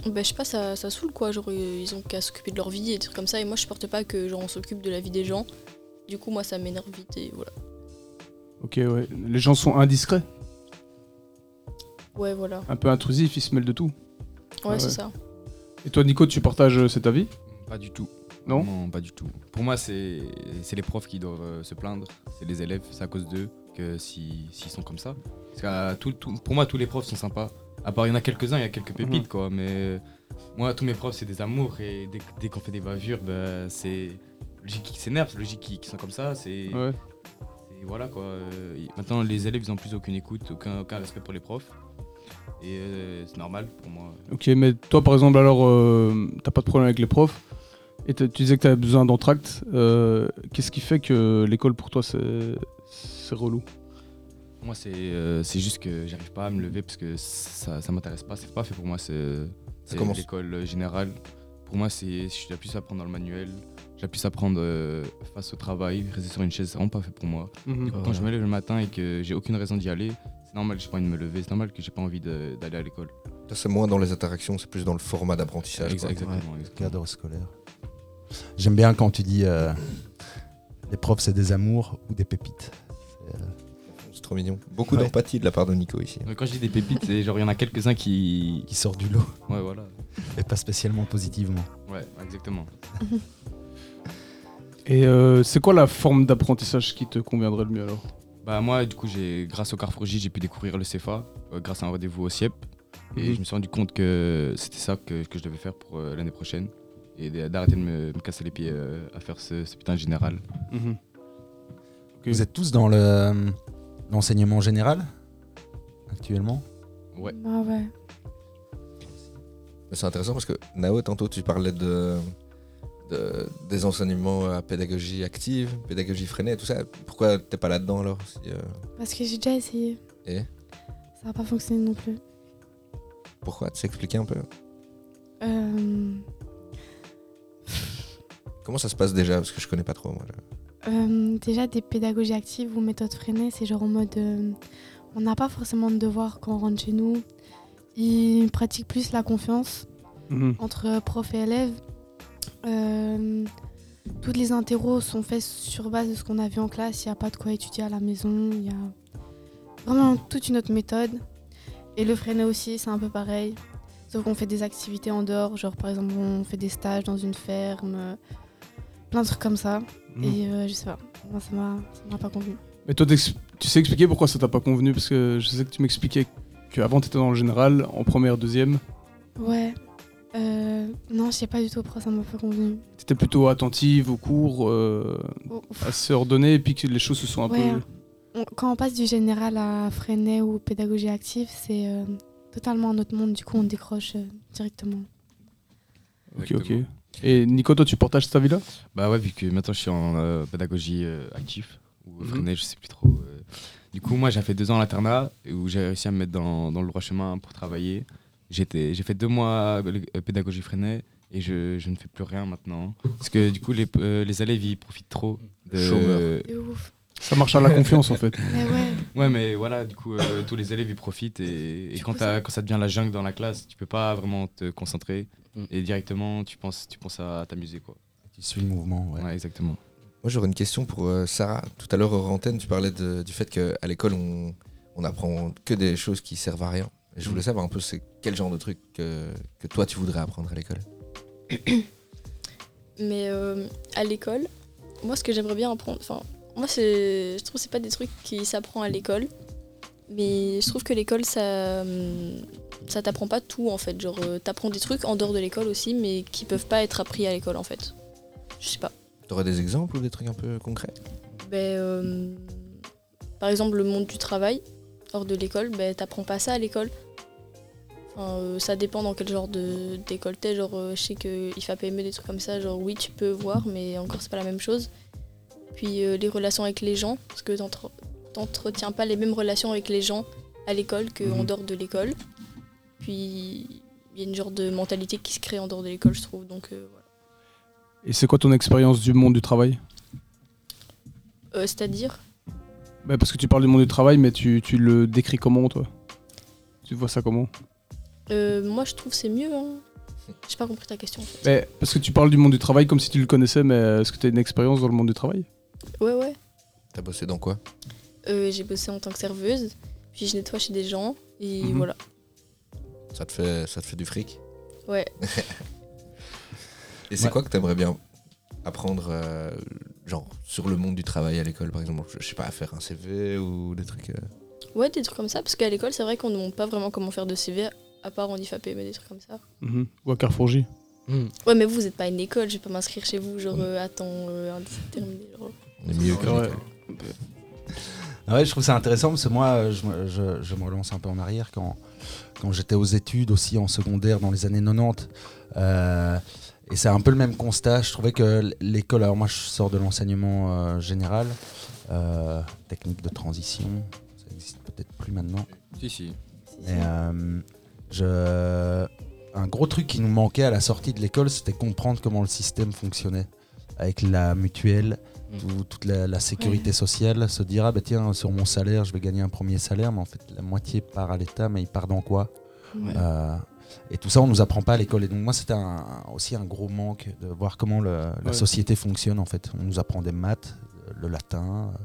[SPEAKER 8] bah, je sais pas, ça, ça saoule quoi. Genre, euh, ils ont qu'à s'occuper de leur vie et des trucs comme ça. Et moi, je supporte pas que, genre, on s'occupe de la vie des gens. Du coup, moi, ça m'énerve vite et voilà.
[SPEAKER 4] Ok, ouais. Les gens sont indiscrets,
[SPEAKER 8] Ouais, voilà.
[SPEAKER 4] un peu intrusifs, ils se mêlent de tout.
[SPEAKER 8] Ouais,
[SPEAKER 4] Ah
[SPEAKER 8] c'est
[SPEAKER 4] ouais.
[SPEAKER 8] ça.
[SPEAKER 4] Et toi, Nico, tu partages euh, cet avis
[SPEAKER 9] Pas du tout.
[SPEAKER 4] Non
[SPEAKER 9] pas du tout. Pour moi, c'est c'est les profs qui doivent euh, se plaindre, c'est les élèves, c'est à cause d'eux que si- s'ils sont comme ça. Parce que, euh, tout- tout- pour moi, tous les profs sont sympas, À part, il y en a quelques-uns, il y a quelques pépites, quoi. Mais euh, moi, tous mes profs, c'est des amours. Et dès, dès qu'on fait des bavures, bah, c'est logique qui s'énerve, c'est logique qui, qui sont comme ça. C'est.
[SPEAKER 4] Ouais.
[SPEAKER 9] c'est- Voilà, quoi. Euh, y- Maintenant, les élèves, ils n'ont plus aucune écoute, aucun, aucun respect pour les profs. Et euh, c'est normal pour moi.
[SPEAKER 4] Ok, mais toi par exemple, alors, euh, t'as pas de problème avec les profs et t'as- tu disais que t'avais besoin d'entracte. euh, Qu'est-ce qui fait que l'école pour toi c'est c'est relou
[SPEAKER 9] Moi, c'est euh, c'est juste que j'arrive pas à me lever parce que ça, ça m'intéresse pas. C'est pas fait pour moi. C'est c'est
[SPEAKER 7] commence.
[SPEAKER 9] l'école générale. Pour moi, c'est je la plus apprendre dans le manuel. Je la plus apprendre euh, face au travail. Rester sur une chaise, c'est vraiment pas fait pour moi.
[SPEAKER 4] Mhm.
[SPEAKER 9] Du coup, quand
[SPEAKER 7] Ouais.
[SPEAKER 9] je me lève le matin et que j'ai aucune raison d'y aller, c'est normal. J'ai pas envie de me lever. C'est normal que j'ai pas envie de- d'aller à l'école.
[SPEAKER 7] Toi, c'est moins dans les interactions, c'est plus dans le format d'apprentissage.
[SPEAKER 9] Exa-
[SPEAKER 7] quoi.
[SPEAKER 9] exactement. exactement.
[SPEAKER 3] cadre scolaire. J'aime bien quand tu dis euh, les profs c'est des amours ou des pépites. C'est, euh,
[SPEAKER 7] C'est trop mignon. Beaucoup
[SPEAKER 3] Ouais.
[SPEAKER 7] d'empathie de la part de Nico ici. hein.
[SPEAKER 9] Mais quand je dis des pépites, c'est genre il y en a quelques-uns qui.
[SPEAKER 3] Qui sortent du lot
[SPEAKER 9] Ouais, voilà.
[SPEAKER 3] et pas spécialement positivement.
[SPEAKER 9] Ouais, exactement.
[SPEAKER 4] Et euh, c'est quoi la forme d'apprentissage qui te conviendrait le mieux alors
[SPEAKER 9] Bah moi du coup j'ai grâce au Carrefour J j'ai pu découvrir le CFA euh, grâce à un rendez-vous au CIEP et
[SPEAKER 4] Mhm.
[SPEAKER 9] je me suis rendu compte que c'était ça que, que je devais faire pour euh, l'année prochaine et d- d'arrêter de me, me casser les pieds euh, à faire ce, ce putain de général.
[SPEAKER 4] Ok.
[SPEAKER 3] Vous êtes tous dans le euh, l'enseignement général actuellement.
[SPEAKER 9] Ouais.
[SPEAKER 6] Ah ouais.
[SPEAKER 7] Mais C'est intéressant parce que Nao, tantôt tu parlais de, de- des enseignements à pédagogie active, pédagogie freinée, et tout ça. Pourquoi t'es pas là-dedans alors si, euh,
[SPEAKER 6] Parce que j'ai déjà essayé.
[SPEAKER 7] Et
[SPEAKER 6] Ça n'a pas fonctionné non plus.
[SPEAKER 7] Pourquoi Tu sais expliquer un peu
[SPEAKER 6] Euh,
[SPEAKER 7] Comment ça se passe déjà Parce que je connais pas trop moi. là.
[SPEAKER 6] euh, déjà, des pédagogies actives ou méthodes freinées, c'est genre en mode. euh, on n'a pas forcément de devoirs quand on rentre chez nous. Ils pratiquent plus la confiance.
[SPEAKER 4] Mhm.
[SPEAKER 6] entre prof et élève. Euh, toutes les interros sont faits sur base de ce qu'on a vu en classe. Il n'y a pas de quoi étudier à la maison. Il y a vraiment toute une autre méthode. Et le freinet aussi, c'est un peu pareil. Sauf qu'on fait des activités en dehors. Genre, par exemple, on fait des stages dans une ferme. euh, Plein de trucs comme ça.
[SPEAKER 4] Mhm.
[SPEAKER 6] Et euh, je sais pas. Moi, ça m'a ça m'a pas convenu.
[SPEAKER 4] Mais toi t'ex- tu sais expliquer pourquoi ça t'a pas convenu parce que je sais que tu m'expliquais qu'avant t'étais dans le général en première deuxième
[SPEAKER 6] Ouais. Euh, non, je sais pas du tout pourquoi ça m'a pas convenu.
[SPEAKER 4] t'étais plutôt attentive aux cours euh,
[SPEAKER 6] Oh, pff.
[SPEAKER 4] à se redonner et puis que les choses se sont un
[SPEAKER 6] Ouais. hein.
[SPEAKER 4] peu
[SPEAKER 6] On- quand on passe du général à Freinet ou pédagogie active, c'est euh, totalement un autre monde. Du coup, on décroche euh, directement.
[SPEAKER 4] ok ok
[SPEAKER 9] Exactement.
[SPEAKER 4] et Nico toi tu partages ta vie là
[SPEAKER 9] Bah ouais vu que maintenant je suis en euh, pédagogie euh, active ou
[SPEAKER 4] Mhm.
[SPEAKER 9] freinée je sais plus trop. euh. Du coup moi j'ai fait deux ans à l'internat et où j'ai réussi à me mettre dans, dans le droit chemin pour travailler. J'étais- J'ai fait deux mois euh, pédagogie freinée et je, je ne fais plus rien maintenant. Parce que du coup les, euh, les élèves ils profitent trop de...
[SPEAKER 7] Chômeurs.
[SPEAKER 6] De ouf.
[SPEAKER 4] ça marche à la confiance en fait
[SPEAKER 6] Mais ouais,
[SPEAKER 9] (laughs) Ouais mais voilà du coup euh, tous les élèves ils profitent et, et
[SPEAKER 6] Du
[SPEAKER 9] quand,
[SPEAKER 6] coup,
[SPEAKER 9] t'as-
[SPEAKER 6] ça-
[SPEAKER 9] quand ça devient la jungle dans la classe tu peux pas vraiment te concentrer
[SPEAKER 6] Mm.
[SPEAKER 5] Mhm.
[SPEAKER 9] et directement tu penses, tu penses à t'amuser quoi.
[SPEAKER 3] Tu suis le mouvement. ouais.
[SPEAKER 9] Ouais, exactement.
[SPEAKER 7] Moi j'aurais une question pour euh, Sarah. Tout à l'heure hors antenne, tu parlais de- du fait qu'à l'école on, on apprend que des choses qui servent à rien. Et je voulais
[SPEAKER 9] Mm.
[SPEAKER 7] savoir un peu c'est quel genre de truc que, que toi tu voudrais apprendre à l'école.
[SPEAKER 8] Mais euh, à l'école, moi, ce que j'aimerais bien apprendre, enfin, moi, c'est, je trouve que c'est pas des trucs qui s'apprend à l'école, mais je trouve que l'école, ça, hum, ça t'apprend pas tout en fait. Genre, euh, t'apprends des trucs en dehors de l'école aussi, mais qui peuvent pas être appris à l'école en fait. Je sais pas.
[SPEAKER 7] T'aurais des exemples ou des trucs un peu concrets
[SPEAKER 8] Ben, euh, par exemple, le monde du travail, hors de l'école, ben, t'apprends pas ça à l'école. Enfin, euh, ça dépend dans quel genre de- d'école t'es. Genre, euh, je sais que IFAPME, des trucs comme ça, genre oui, tu peux voir, mais encore, c'est pas la même chose. Puis euh, les relations avec les gens, parce que t'entre- t'entretiens pas les mêmes relations avec les gens à l'école qu'en
[SPEAKER 4] Mhm.
[SPEAKER 8] dehors de l'école. Puis il y a une genre de mentalité qui se crée en dehors de l'école, je trouve. Donc euh, voilà.
[SPEAKER 4] Et c'est quoi ton expérience du monde du travail
[SPEAKER 8] Euh, C'est-à-dire,
[SPEAKER 4] Bah, Parce que tu parles du monde du travail, mais tu, tu le décris comment, toi Tu vois ça comment
[SPEAKER 8] euh, moi, je trouve c'est mieux. Hein. J'ai pas compris ta question. en fait.
[SPEAKER 4] Mais Bah, Parce que tu parles du monde du travail comme si tu le connaissais, mais euh, est-ce que tu as une expérience dans le monde du travail
[SPEAKER 8] Ouais, ouais.
[SPEAKER 7] T'as bossé dans quoi
[SPEAKER 8] Euh, j'ai bossé en tant que serveuse, puis je nettoie chez des gens, et
[SPEAKER 4] Mhm.
[SPEAKER 8] voilà.
[SPEAKER 7] Ça te fait, ça te fait du fric
[SPEAKER 3] (laughs)
[SPEAKER 8] Ouais.
[SPEAKER 7] Et c'est
[SPEAKER 3] Ouais.
[SPEAKER 7] quoi que t'aimerais bien apprendre, euh, genre, sur le monde du travail à l'école, par exemple Je sais pas, faire un CV ou des trucs. euh,
[SPEAKER 8] Ouais, des trucs comme ça, parce qu'à l'école, c'est vrai qu'on ne montre pas vraiment comment faire de CV, à part en IFAP, mais des trucs comme ça.
[SPEAKER 4] Mhm. Ou à Carrefour J.
[SPEAKER 8] Ouais, mais vous, vous n'êtes pas à une école, je vais pas m'inscrire chez vous, genre, euh, attends, euh, indécis terminé. Genre.
[SPEAKER 7] On est mieux que
[SPEAKER 4] Ouais.
[SPEAKER 7] l'école.
[SPEAKER 3] Ah ouais, je trouve ça intéressant parce que moi, euh, je, me- je- je me relance un peu en arrière quand, quand j'étais aux études aussi en secondaire dans les années 90. euh, et c'est un peu le même constat. Je trouvais que l'école, alors moi je sors de l'enseignement euh, général, euh, technique de transition, ça existe peut-être plus maintenant.
[SPEAKER 9] Si, si.
[SPEAKER 3] Mais, euh, je... Un gros truc qui nous manquait à la sortie de l'école, c'était comprendre comment le système fonctionnait. Avec la mutuelle,
[SPEAKER 5] Mm.
[SPEAKER 3] tout- toute la, la sécurité sociale, se dire, ah bah tiens, sur mon salaire, je vais gagner un premier salaire, mais en fait, la moitié part à l'État, mais il part dans quoi
[SPEAKER 5] Ouais.
[SPEAKER 3] Euh, Et tout ça, on nous apprend pas à l'école. Et donc, moi, c'était un- aussi un gros manque de voir comment le- la
[SPEAKER 4] Ouais.
[SPEAKER 3] société fonctionne, en fait. On nous apprend des maths, le latin, euh,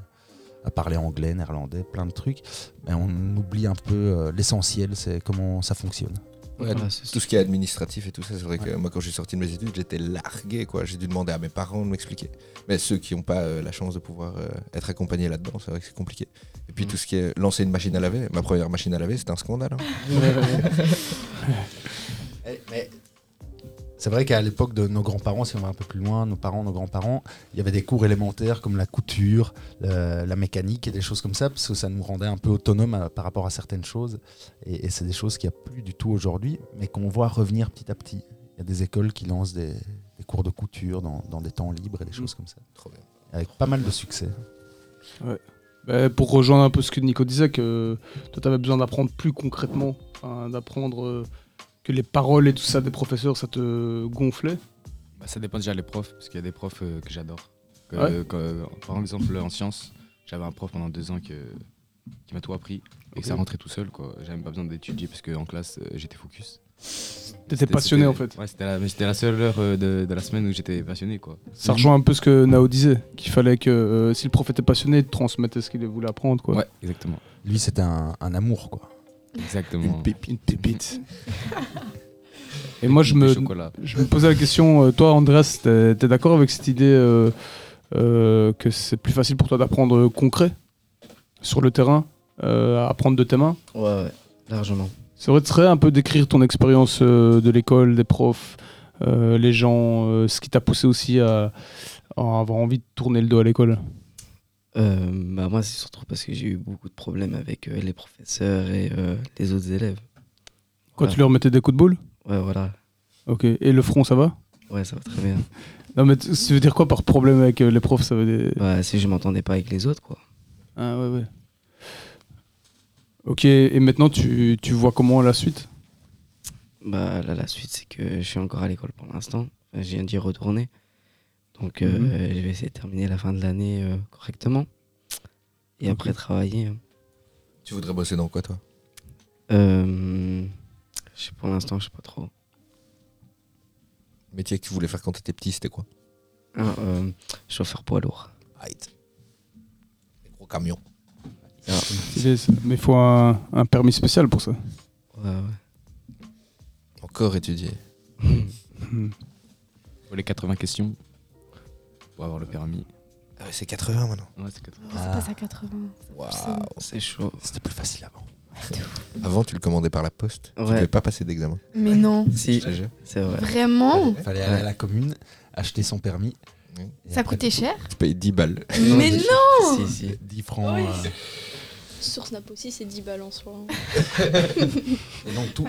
[SPEAKER 3] à parler anglais, néerlandais, plein de trucs. Mais on oublie un peu euh, l'essentiel, c'est comment ça fonctionne.
[SPEAKER 7] Ouais,
[SPEAKER 5] Voilà, c'est
[SPEAKER 7] Tout
[SPEAKER 5] ça.
[SPEAKER 7] ce qui est administratif et tout ça, c'est vrai que moi, quand j'ai sorti de mes études, j'étais largué, quoi. J'ai dû demander à mes parents de m'expliquer. Mais ceux qui n'ont pas euh, la chance de pouvoir euh, être accompagnés là-dedans, c'est vrai que c'est compliqué. Et puis tout ce qui est lancer une machine à laver, ma première machine à laver, c'était un scandale. hein.
[SPEAKER 6] (laughs)
[SPEAKER 7] Eh,
[SPEAKER 3] C'est vrai qu'à l'époque de nos grands-parents, si on va un peu plus loin, nos parents, nos grands-parents, il y avait des cours élémentaires comme la couture, euh, la mécanique et des choses comme ça, parce que ça nous rendait un peu autonomes euh, par rapport à certaines choses. Et, et c'est des choses qu'il n'y a plus du tout aujourd'hui, mais qu'on voit revenir petit à petit. Il y a des écoles qui lancent des, des cours de couture dans, dans des temps libres et des choses comme ça.
[SPEAKER 7] Mm. Trop bien.
[SPEAKER 3] Avec pas mal de succès.
[SPEAKER 4] Bah, pour rejoindre un peu ce que Nico disait, que toi, tu avais besoin d'apprendre plus concrètement, hein, d'apprendre euh, que les paroles et tout ça des professeurs, ça te gonflait.
[SPEAKER 9] Bah, ça dépend déjà des profs, parce qu'il y a des profs euh, que j'adore. Que-
[SPEAKER 4] Ouais.
[SPEAKER 9] que- par exemple, en sciences, j'avais un prof pendant deux ans que, qui m'a tout appris et
[SPEAKER 4] Ok.
[SPEAKER 9] que ça rentrait tout seul. quoi. J'avais même pas besoin d'étudier parce qu'en classe, euh, j'étais focus.
[SPEAKER 4] T'étais
[SPEAKER 9] C'était-
[SPEAKER 4] passionné en
[SPEAKER 9] c'était-
[SPEAKER 4] fait.
[SPEAKER 9] Ouais, c'était la, mais c'était la seule heure euh, de, de la semaine où j'étais passionné. quoi.
[SPEAKER 4] Ça rejoint un peu ce que Nao disait, qu'il fallait que euh, si le prof était passionné, il te transmettait ce qu'il voulait apprendre. Quoi.
[SPEAKER 9] Ouais, exactement.
[SPEAKER 3] Lui, c'était un, un amour, quoi.
[SPEAKER 9] Exactement.
[SPEAKER 4] Une
[SPEAKER 9] (laughs)
[SPEAKER 4] pépite. et moi, je me,
[SPEAKER 9] Des chocolats.
[SPEAKER 4] je me posais la question, euh, toi Andreas, t'es t'es d'accord avec cette idée euh, euh, que c'est plus facile pour toi d'apprendre euh, concret sur le terrain, euh, à apprendre de tes mains
[SPEAKER 5] Ouais, ouais, largement.
[SPEAKER 4] Ça aurait serait un peu d'écrire ton expérience euh, de l'école, des profs, euh, les gens, euh, ce qui t'a poussé aussi à, à avoir envie de tourner le dos à l'école.
[SPEAKER 5] Euh, bah, moi, c'est surtout parce que j'ai eu beaucoup de problèmes avec euh, les professeurs et euh, les autres élèves.
[SPEAKER 4] Quand
[SPEAKER 5] Ouais.
[SPEAKER 4] tu leur mettais des coups de boule
[SPEAKER 5] Ouais, voilà.
[SPEAKER 4] Ok. Et le front, ça va
[SPEAKER 5] Ouais, ça va très bien.
[SPEAKER 4] Non, mais t- ça veut dire quoi par problème avec euh, les profs Ça veut dire.
[SPEAKER 5] Bah, si je m'entendais pas avec les autres, quoi.
[SPEAKER 4] Ah ouais, ouais. Ok, et maintenant tu, tu vois comment la suite
[SPEAKER 5] Bah là, la suite, c'est que je suis encore à l'école pour l'instant. Enfin, je viens d'y retourner. Donc, euh,
[SPEAKER 4] Mhm.
[SPEAKER 5] je vais essayer de terminer la fin de l'année euh, correctement. Et
[SPEAKER 4] Ok.
[SPEAKER 5] après, travailler. hein.
[SPEAKER 7] Tu voudrais bosser dans quoi, toi
[SPEAKER 5] Euh, je sais- pour l'instant, je sais pas trop.
[SPEAKER 7] Le métier que tu voulais faire quand t'étais petit, c'était quoi
[SPEAKER 5] Ah, euh, chauffeur poids lourd.
[SPEAKER 7] Aïe. Les gros camions.
[SPEAKER 4] Mais il faut un, un permis spécial pour ça.
[SPEAKER 5] Ouais, ouais.
[SPEAKER 9] (laughs)
[SPEAKER 7] Encore étudier.
[SPEAKER 9] Pour les 80 questions, pour avoir le permis.
[SPEAKER 7] Ah ouais, c'est 80 maintenant. Ah.
[SPEAKER 9] Ouais, c'est 80.
[SPEAKER 6] Ça passe à 80.
[SPEAKER 7] Waouh.
[SPEAKER 5] C'est chaud.
[SPEAKER 3] C'était plus facile avant.
[SPEAKER 7] Avant, tu le commandais par la poste. Tu
[SPEAKER 5] Ouais.
[SPEAKER 7] pouvais pas passer d'examen.
[SPEAKER 6] Mais non.
[SPEAKER 5] Si,
[SPEAKER 7] Je te jure.
[SPEAKER 5] c'est vrai.
[SPEAKER 6] Vraiment
[SPEAKER 3] Il fallait aller à la commune, acheter son permis.
[SPEAKER 7] Oui.
[SPEAKER 3] Et
[SPEAKER 6] Ça
[SPEAKER 3] après,
[SPEAKER 6] coûtait cher
[SPEAKER 7] Tu payes 10 balles.
[SPEAKER 6] Mais
[SPEAKER 5] c'est-
[SPEAKER 6] non
[SPEAKER 5] Si, si.
[SPEAKER 3] 10 francs.
[SPEAKER 8] Oui.
[SPEAKER 3] euh,
[SPEAKER 8] Sur Snap aussi, c'est 10 balles en soi. hein.
[SPEAKER 3] (laughs) Et donc, tout-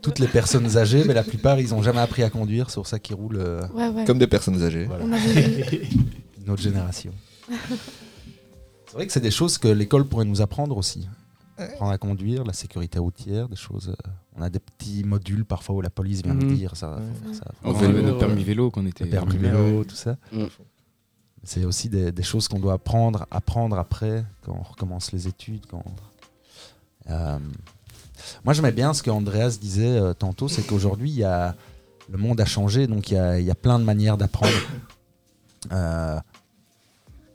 [SPEAKER 3] toutes les personnes âgées, mais la plupart, ils n'ont jamais appris à conduire, c'est pour ça qu'ils roulent euh,
[SPEAKER 6] Ouais, ouais.
[SPEAKER 7] Comme des personnes âgées.
[SPEAKER 3] Voilà.
[SPEAKER 6] On avait
[SPEAKER 3] (laughs) notre génération. c'est vrai que c'est des choses que l'école pourrait nous apprendre aussi. Apprendre à conduire, la sécurité routière, des choses. euh, on a des petits modules parfois où la police vient nous
[SPEAKER 4] Mhm.
[SPEAKER 3] dire ça, faut faire ça.
[SPEAKER 9] On
[SPEAKER 3] faut
[SPEAKER 9] fait
[SPEAKER 3] faire
[SPEAKER 9] le
[SPEAKER 3] ça.
[SPEAKER 4] vélo,
[SPEAKER 9] permis
[SPEAKER 4] ouais.
[SPEAKER 9] vélo quand on était.
[SPEAKER 3] Le permis
[SPEAKER 9] primaire.
[SPEAKER 3] vélo, tout ça.
[SPEAKER 5] Mm.
[SPEAKER 3] C'est aussi des, des choses qu'on doit apprendre, apprendre après, quand on recommence les études. Quand Euh, Moi, j'aimais bien ce que Andreas disait euh, tantôt, c'est qu'aujourd'hui, il y a... le monde a changé, donc il y a, il y a plein de manières d'apprendre. Euh,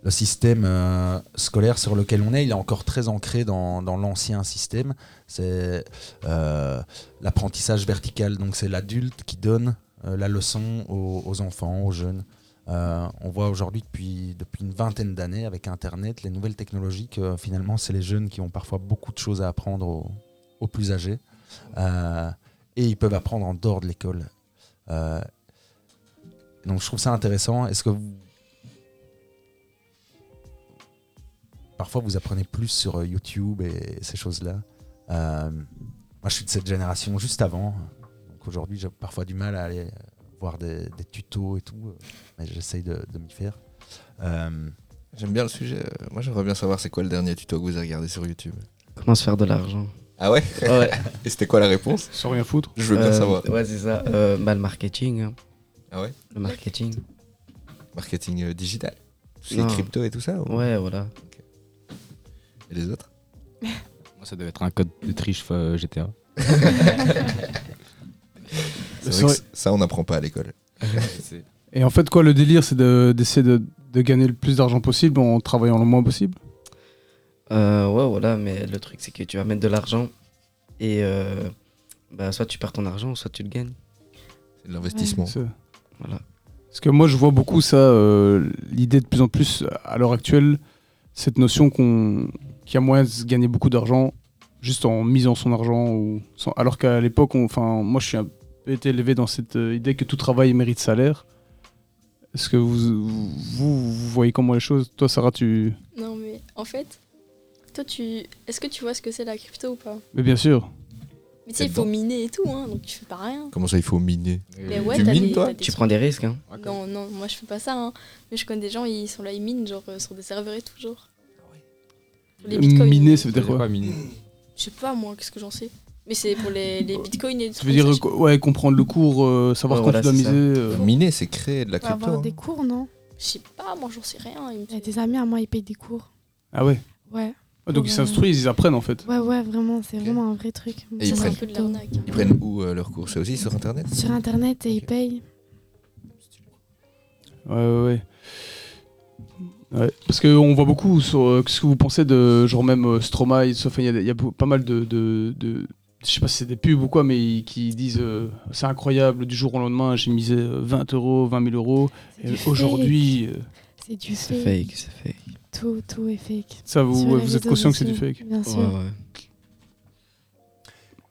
[SPEAKER 3] Le système euh, scolaire sur lequel on est, il est encore très ancré dans, dans l'ancien système. C'est euh, l'apprentissage vertical, donc c'est l'adulte qui donne euh, la leçon aux, aux enfants, aux jeunes. Euh, on voit aujourd'hui depuis, depuis une vingtaine d'années avec Internet, les nouvelles technologies, que finalement c'est les jeunes qui ont parfois beaucoup de choses à apprendre aux, aux plus âgés. Euh, et ils peuvent apprendre en dehors de l'école. Euh, donc je trouve ça intéressant. Est-ce que vous... Parfois vous apprenez plus sur euh, YouTube et ces choses-là. Euh, moi je suis de cette génération juste avant. Donc aujourd'hui j'ai parfois du mal à aller voir des, des tutos et tout. euh, Mais j'essaye de, de m'y faire. Euh,
[SPEAKER 7] J'aime bien le sujet. euh, Moi, j'aimerais bien savoir c'est quoi le dernier tuto que vous avez regardé sur YouTube.
[SPEAKER 5] Comment se faire de l'argent
[SPEAKER 7] Ah ouais
[SPEAKER 5] Ouais.
[SPEAKER 7] Et c'était quoi la réponse
[SPEAKER 4] Sans rien foutre.
[SPEAKER 7] Je veux bien
[SPEAKER 5] Euh,
[SPEAKER 7] savoir.
[SPEAKER 5] Ouais, c'est ça. Euh, bah, le marketing. hein.
[SPEAKER 7] Ah ouais
[SPEAKER 5] Le marketing.
[SPEAKER 7] Marketing euh, digital Tout ce qui est
[SPEAKER 5] Non. (laughs)
[SPEAKER 7] crypto et tout ça ou-
[SPEAKER 5] Ouais, voilà.
[SPEAKER 7] Et les autres
[SPEAKER 9] (laughs) Moi, ça devait être un code de triche euh, GTA.
[SPEAKER 4] C'est
[SPEAKER 7] C'est vrai
[SPEAKER 4] vrai.
[SPEAKER 7] que c- ça, on n'apprend pas à l'école.
[SPEAKER 9] C'est-
[SPEAKER 4] Et en fait, quoi, le délire, c'est de- d'essayer de, de gagner le plus d'argent possible en travaillant le moins possible.
[SPEAKER 5] Euh, ouais, voilà, mais le truc, c'est que tu vas mettre de l'argent et euh, bah, soit tu perds ton argent, soit tu le gagnes.
[SPEAKER 7] C'est de l'investissement.
[SPEAKER 4] C'est-
[SPEAKER 5] Voilà.
[SPEAKER 4] Parce que moi, je vois beaucoup ça, euh, l'idée de plus en plus, à l'heure actuelle, cette notion qu'on- qu'il y a moyen de se gagner beaucoup d'argent juste en misant son argent. Ou sans- alors qu'à l'époque, on- enfin, moi, je suis un peu été élevé dans cette euh, idée que tout travail mérite salaire. Est-ce que vous, vous, vous voyez comment les choses Toi, Sarah, tu...
[SPEAKER 8] Non, mais en fait, toi, tu. Est-ce que tu vois ce que c'est la crypto ou pas
[SPEAKER 4] Mais bien sûr.
[SPEAKER 8] Mais tu sais, il faut miner et tout, hein, donc tu fais pas rien.
[SPEAKER 7] Comment ça, il faut miner
[SPEAKER 8] Mais ouais,
[SPEAKER 7] Euh, tu
[SPEAKER 8] t'as
[SPEAKER 7] mines,
[SPEAKER 8] des-
[SPEAKER 7] toi
[SPEAKER 8] t'as des
[SPEAKER 5] Tu prends des risques, hein.
[SPEAKER 4] Ah,
[SPEAKER 8] Non, non, moi je fais pas ça. Hein. Mais je connais des gens, ils sont là, ils minent genre euh, sur des serveurs et tout, genre. Pour les bitcoins.
[SPEAKER 4] Miner, ça veut
[SPEAKER 9] Ça veut
[SPEAKER 4] dire
[SPEAKER 9] dire
[SPEAKER 4] quoi
[SPEAKER 9] quoi, miner
[SPEAKER 8] Je sais pas moi, qu'est-ce que j'en sais. Mais c'est pour les,
[SPEAKER 4] (laughs)
[SPEAKER 8] les bitcoins et tout.
[SPEAKER 4] Bah, Ça veut dire euh, ouais, comprendre le cours, euh, savoir
[SPEAKER 5] Ouais,
[SPEAKER 4] quand
[SPEAKER 5] voilà,
[SPEAKER 4] tu dois
[SPEAKER 5] c'est ça.
[SPEAKER 4] miser. euh.
[SPEAKER 7] Miner, c'est créer de la
[SPEAKER 6] On va
[SPEAKER 7] crypto.
[SPEAKER 6] avoir
[SPEAKER 7] hein.
[SPEAKER 6] des cours, non
[SPEAKER 8] Je sais pas, moi j'en sais rien. il me
[SPEAKER 6] Il y a
[SPEAKER 8] fait-
[SPEAKER 6] des amis à moi, ils payent des cours.
[SPEAKER 7] hein.
[SPEAKER 4] Ah ouais.
[SPEAKER 6] Ouais,
[SPEAKER 4] Ah, donc ils
[SPEAKER 6] Ouais.
[SPEAKER 8] euh,
[SPEAKER 4] s'instruisent, ils apprennent en fait.
[SPEAKER 6] ouais, ouais, vraiment, c'est vraiment un vrai truc.
[SPEAKER 7] Et ils
[SPEAKER 8] Ça, c'est un
[SPEAKER 7] prennent.
[SPEAKER 8] peu de l'arnaque. hein.
[SPEAKER 7] Ils prennent où euh, leurs cours C'est aussi sur Internet
[SPEAKER 6] Sur internet et ils payent.
[SPEAKER 4] Ouais, ouais, ouais. Ouais, Parce qu'on voit beaucoup sur euh, ce que vous pensez de genre même euh, Stromae, il se- enfin, il y, a des- il y a beau- pas mal de. de, de- je sais pas si c'est des pubs ou quoi, mais ils- qui disent euh, c'est incroyable, du jour au lendemain j'ai misé euh, 20 euros, 20 000 euros,
[SPEAKER 6] C'est
[SPEAKER 4] et
[SPEAKER 6] du fake.
[SPEAKER 4] aujourd'hui. euh,
[SPEAKER 6] C'est du
[SPEAKER 5] C'est
[SPEAKER 6] fake.
[SPEAKER 5] fake, c'est fake.
[SPEAKER 6] Tout, tout est fake.
[SPEAKER 4] ça vous,
[SPEAKER 6] Sur les
[SPEAKER 4] vous êtes
[SPEAKER 6] réseaux
[SPEAKER 4] conscient que c'est du
[SPEAKER 6] sociaux,
[SPEAKER 4] fake
[SPEAKER 6] Bien sûr.
[SPEAKER 5] Ouais, ouais.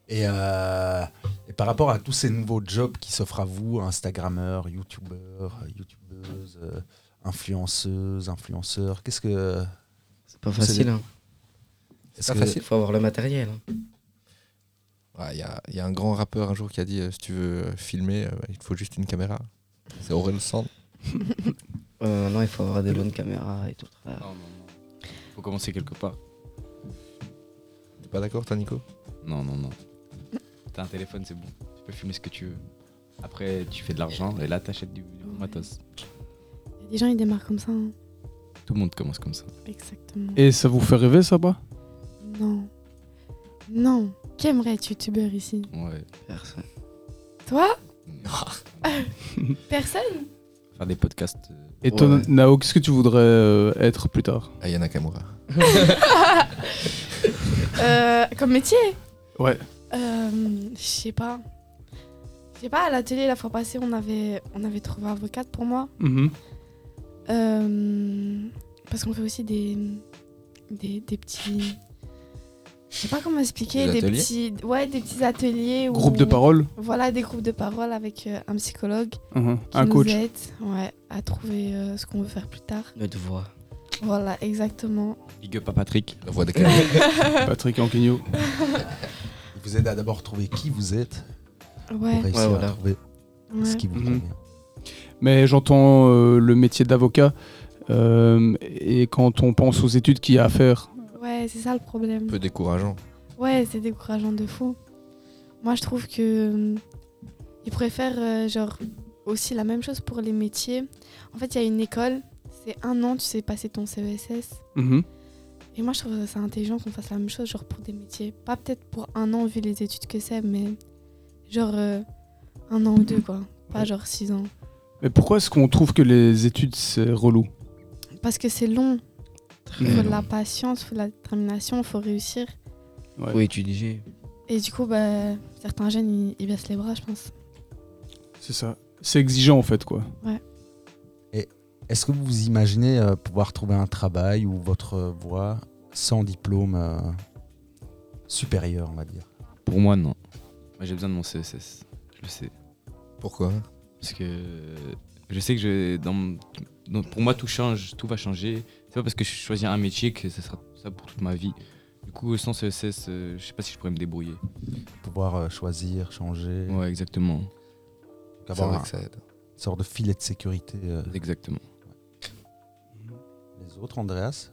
[SPEAKER 3] Et, euh, et par rapport à tous ces nouveaux jobs qui s'offrent à vous, Instagrammeurs, YouTubeurs, euh, YouTubeuses, euh, influenceuses, influenceurs, qu'est-ce que.
[SPEAKER 5] C'est pas
[SPEAKER 3] C'est
[SPEAKER 5] facile,
[SPEAKER 3] des-
[SPEAKER 5] hein.
[SPEAKER 3] est-ce
[SPEAKER 7] pas
[SPEAKER 3] que-
[SPEAKER 7] facile.
[SPEAKER 5] Il faut avoir le matériel. hein.
[SPEAKER 7] Ah, Il y, a, il y a un grand rappeur un jour qui a dit euh, si tu veux euh, filmer, euh, il te faut juste une caméra. C'est
[SPEAKER 8] (laughs)
[SPEAKER 7] Aurel Sand.
[SPEAKER 5] Euh, non, il faut avoir des bonnes caméras et tout. le travail.
[SPEAKER 9] Non, non, non. Faut commencer quelque part.
[SPEAKER 7] T'es pas d'accord, toi, Nico
[SPEAKER 9] Non, non, non. T'as un téléphone, c'est bon. Tu peux filmer ce que tu veux. Après, tu fais de l'argent et là, t'achètes du, du bon matos.
[SPEAKER 6] Il y a des gens, ils démarrent comme ça. hein.
[SPEAKER 9] Tout le monde commence comme ça.
[SPEAKER 6] Exactement.
[SPEAKER 4] Et ça vous fait rêver ça, pas
[SPEAKER 6] Non. Non. Qu'aimerait être youtubeur ici
[SPEAKER 9] Ouais.
[SPEAKER 5] Personne.
[SPEAKER 6] Toi
[SPEAKER 9] Faire
[SPEAKER 6] (laughs) Personne
[SPEAKER 9] des podcasts. euh,
[SPEAKER 4] Et toi,
[SPEAKER 5] Ouais.
[SPEAKER 4] Nao, qu'est-ce que tu voudrais euh, être plus tard
[SPEAKER 7] Aya
[SPEAKER 4] (laughs)
[SPEAKER 7] Nakamura.
[SPEAKER 6] (laughs) Euh, Comme métier
[SPEAKER 4] Ouais.
[SPEAKER 6] Euh, je sais pas. Je sais pas, à l'atelier la fois passée, on avait, on avait trouvé avocate pour moi.
[SPEAKER 4] Mhm.
[SPEAKER 6] Euh, parce qu'on fait aussi des, des, des petits. Je sais pas comment expliquer.
[SPEAKER 7] Des
[SPEAKER 6] Des,
[SPEAKER 7] ateliers
[SPEAKER 6] petits, ouais, des petits ateliers. où-
[SPEAKER 4] Groupe de parole
[SPEAKER 6] Voilà, des groupes de parole avec euh, un psychologue. Qui
[SPEAKER 4] Mhm. Un
[SPEAKER 6] nous
[SPEAKER 4] coach
[SPEAKER 6] aide ouais, à trouver euh, ce qu'on veut faire plus tard.
[SPEAKER 5] Notre voix.
[SPEAKER 6] Voilà, exactement.
[SPEAKER 9] Big up à Patrick.
[SPEAKER 7] La voix de Calais.
[SPEAKER 9] (laughs)
[SPEAKER 6] (laughs)
[SPEAKER 4] (laughs) Patrick Anquigno.
[SPEAKER 3] Il vous aide à d'abord trouver qui vous êtes pour
[SPEAKER 6] Ouais.
[SPEAKER 3] réussir
[SPEAKER 5] Ouais, voilà.
[SPEAKER 3] à trouver
[SPEAKER 6] ouais.
[SPEAKER 3] ce qui vous
[SPEAKER 4] Mhm.
[SPEAKER 3] convient.
[SPEAKER 4] Mais j'entends euh, le métier d'avocat. euh, et quand on pense aux études qu'il y a à faire,
[SPEAKER 6] Ouais, c'est ça le
[SPEAKER 7] Un
[SPEAKER 6] problème.
[SPEAKER 7] peu décourageant.
[SPEAKER 6] Ouais, c'est décourageant de fou. Moi, je trouve que euh, ils préfèrent euh, genre aussi la même chose pour les métiers. En fait, il y a une école, c'est un an, tu sais passer ton CESS.
[SPEAKER 4] Mhm.
[SPEAKER 6] Et moi, je trouve ça intelligent qu'on fasse la même chose, genre pour des métiers. Pas peut-être pour un an vu les études que c'est, mais genre euh, un an ou deux, quoi. Pas
[SPEAKER 4] Ouais.
[SPEAKER 6] genre six ans.
[SPEAKER 4] mais pourquoi est-ce qu'on trouve que les études c'est relou
[SPEAKER 6] Parce que c'est long.
[SPEAKER 5] Très
[SPEAKER 6] Il faut de
[SPEAKER 5] long.
[SPEAKER 6] la patience, il faut de la détermination, il faut réussir.
[SPEAKER 4] Ouais.
[SPEAKER 5] Faut étudier.
[SPEAKER 6] Et du coup, bah, certains jeunes, ils, ils baissent les bras, je pense.
[SPEAKER 4] C'est ça. C'est exigeant en fait quoi.
[SPEAKER 3] Et Est-ce que vous imaginez euh, pouvoir trouver un travail ou votre euh, voie sans diplôme euh, supérieur, on va dire
[SPEAKER 9] Pour moi, non. Moi, j'ai besoin de mon CSS. Je le sais.
[SPEAKER 7] Pourquoi
[SPEAKER 9] Parce que je sais que je, dans, mon- dans- pour moi, tout change, tout va changer. C'est pas parce que je choisis un métier que ça sera ça pour toute ma vie. Du coup, sans CSS, euh, je sais pas si je pourrais me débrouiller.
[SPEAKER 3] Pouvoir euh, choisir, changer,
[SPEAKER 9] Ouais, exactement.
[SPEAKER 3] donc
[SPEAKER 7] C'est
[SPEAKER 3] avoir
[SPEAKER 7] vrai
[SPEAKER 3] un
[SPEAKER 7] que ça aide.
[SPEAKER 3] sorte de filet de sécurité. euh.
[SPEAKER 9] Exactement.
[SPEAKER 3] Les autres, Andreas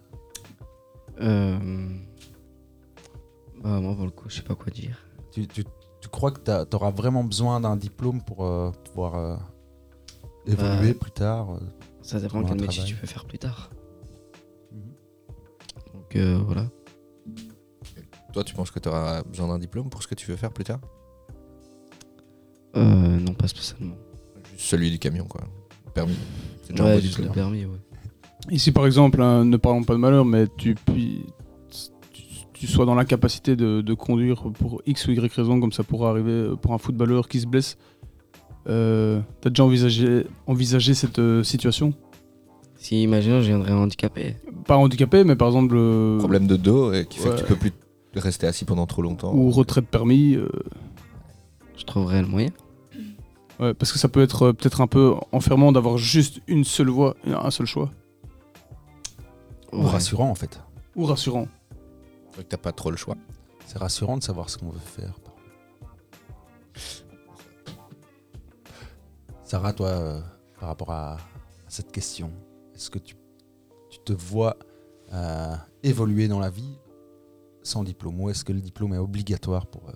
[SPEAKER 5] Euh, Bah, moi, pour le coup, je sais pas quoi dire.
[SPEAKER 3] tu, tu- tu crois que tu auras vraiment besoin d'un diplôme pour euh, pouvoir euh, évoluer
[SPEAKER 5] Bah,
[SPEAKER 3] plus tard euh,
[SPEAKER 5] Ça dépend
[SPEAKER 3] Trouver
[SPEAKER 5] quel
[SPEAKER 3] un
[SPEAKER 5] métier
[SPEAKER 3] travail.
[SPEAKER 5] tu peux faire plus tard.
[SPEAKER 3] Mhm.
[SPEAKER 5] Donc, euh, voilà.
[SPEAKER 7] Toi, tu penses que tu auras besoin d'un diplôme pour ce que tu veux faire plus tard
[SPEAKER 5] Euh, non, pas spécialement.
[SPEAKER 7] Juste Celui du camion, quoi. Permis. C'est déjà un
[SPEAKER 5] Ouais,
[SPEAKER 7] beau
[SPEAKER 5] juste le
[SPEAKER 7] diplôme.
[SPEAKER 5] permis, ouais.
[SPEAKER 4] Ici, par exemple, hein, ne parlons pas de malheur, mais tu, puis, tu, tu sois dans l'incapacité de, de conduire pour X ou Y raison, comme ça pourrait arriver euh, pour un footballeur qui se blesse. Euh, T'as déjà envisagé, envisagé cette euh, situation
[SPEAKER 5] Si, imaginons, je viendrais handicapé.
[SPEAKER 4] Pas handicapé, mais par exemple, euh,
[SPEAKER 7] Problème de dos et qui fait
[SPEAKER 4] Ouais.
[SPEAKER 7] que tu peux plus rester assis pendant trop longtemps.
[SPEAKER 4] ou retraite permis, euh,
[SPEAKER 5] Je trouverais le moyen.
[SPEAKER 4] ouais, parce que ça peut être euh, peut-être un peu enfermant d'avoir juste une seule voie, et un seul choix,
[SPEAKER 3] Ou
[SPEAKER 5] Ouais.
[SPEAKER 3] rassurant, en fait.
[SPEAKER 4] ou rassurant.
[SPEAKER 7] Fait que t'as pas trop le choix.
[SPEAKER 3] C'est rassurant de savoir ce qu'on veut faire. Sarah, toi, euh, par rapport à, à cette question, est-ce que tu, tu te vois euh, évoluer dans la vie sans diplôme ou est-ce que le diplôme est obligatoire pour, euh,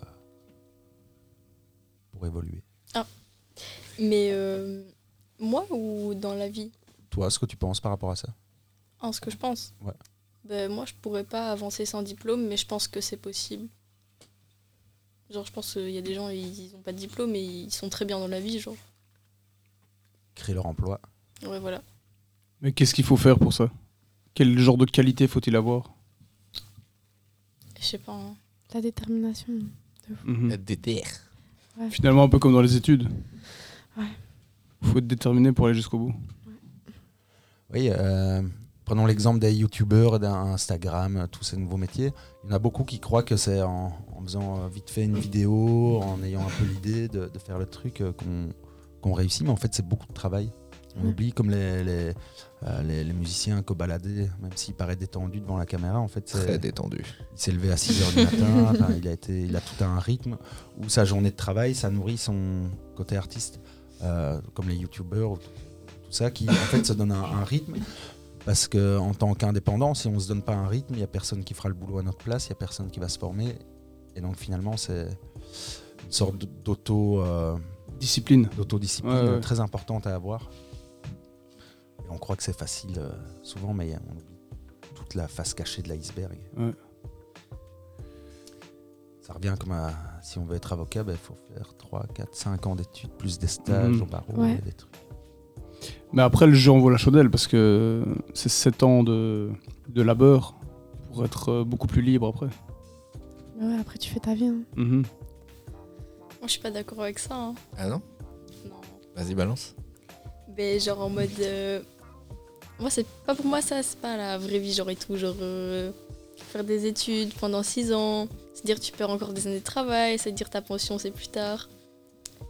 [SPEAKER 3] pour évoluer
[SPEAKER 8] Ah. Mais euh, moi ou dans la vie
[SPEAKER 3] Toi, ce que tu penses par rapport à ça
[SPEAKER 8] En ce que je pense
[SPEAKER 3] Ouais.
[SPEAKER 8] Ben, Moi, je pourrais pas avancer sans diplôme, mais je pense que c'est possible. Genre, je pense qu'il y a des gens, ils, ils ont pas de diplôme et ils sont très bien dans la vie, genre.
[SPEAKER 3] Créer leur emploi
[SPEAKER 8] Ouais, voilà.
[SPEAKER 4] Mais qu'est-ce qu'il faut faire pour ça Quel genre de qualité faut-il avoir
[SPEAKER 8] Je sais pas. hein.
[SPEAKER 6] La détermination.
[SPEAKER 4] Mhm.
[SPEAKER 7] DTR.
[SPEAKER 4] Finalement, un peu comme dans les études.
[SPEAKER 6] Ouais.
[SPEAKER 4] Faut être déterminé pour aller jusqu'au bout.
[SPEAKER 3] Oui, euh, prenons l'exemple des youtubeurs, d'Instagram, euh, tous ces nouveaux métiers. Il y en a beaucoup qui croient que c'est en, en faisant euh, vite fait une vidéo, en ayant un peu l'idée de, de faire le truc euh, qu'on qu'on réussit, mais en fait c'est beaucoup de travail. On
[SPEAKER 7] Mm.
[SPEAKER 6] Ouais.
[SPEAKER 3] oublie comme les, les, euh, les- les musiciens cobaladés, même s'il paraît détendu devant la caméra, en fait
[SPEAKER 7] Très
[SPEAKER 3] c'est-
[SPEAKER 7] détendu.
[SPEAKER 3] il s'est levé à 6h du
[SPEAKER 7] (laughs)
[SPEAKER 3] matin, enfin, il, a été, il a tout un rythme où sa journée de travail, ça nourrit son côté artiste, euh, comme les youtubeurs, ou tout tout ça, qui en fait se donne un, un rythme. Parce que en tant qu'indépendant, si on ne se donne pas un rythme, il n'y a personne qui fera le boulot à notre place, il n'y a personne qui va se former. Et donc finalement, c'est une sorte d'auto... euh,
[SPEAKER 4] Discipline.
[SPEAKER 3] d'autodiscipline
[SPEAKER 4] Ouais, ouais.
[SPEAKER 3] euh, très importante à avoir. Et on croit que c'est facile euh, souvent, mais on oublie toute la face cachée de l'iceberg.
[SPEAKER 4] Ouais.
[SPEAKER 3] Ça revient comme à si on veut être avocat, il faut faire 3, 4, 5 ans d'études, plus des stages
[SPEAKER 4] Mhm.
[SPEAKER 3] au barreau,
[SPEAKER 6] Ouais.
[SPEAKER 3] des trucs.
[SPEAKER 4] Mais après, le jeu envoie la chandelle parce que c'est 7 ans de, de labeur pour être euh, beaucoup plus libre après.
[SPEAKER 6] Mais Bah ouais, après, tu fais ta vie. hein.
[SPEAKER 4] Mhm.
[SPEAKER 8] Moi, je suis pas d'accord avec ça. hein.
[SPEAKER 7] Ah non
[SPEAKER 8] Non.
[SPEAKER 7] Vas-y, balance.
[SPEAKER 8] Mais Ben, genre en mode. euh, Moi, c'est pas pour moi ça, c'est pas la vraie vie, genre et tout. Genre euh, faire des études pendant 6 ans, c'est-à-dire tu perds encore des années de travail, c'est-à-dire ta pension c'est plus tard.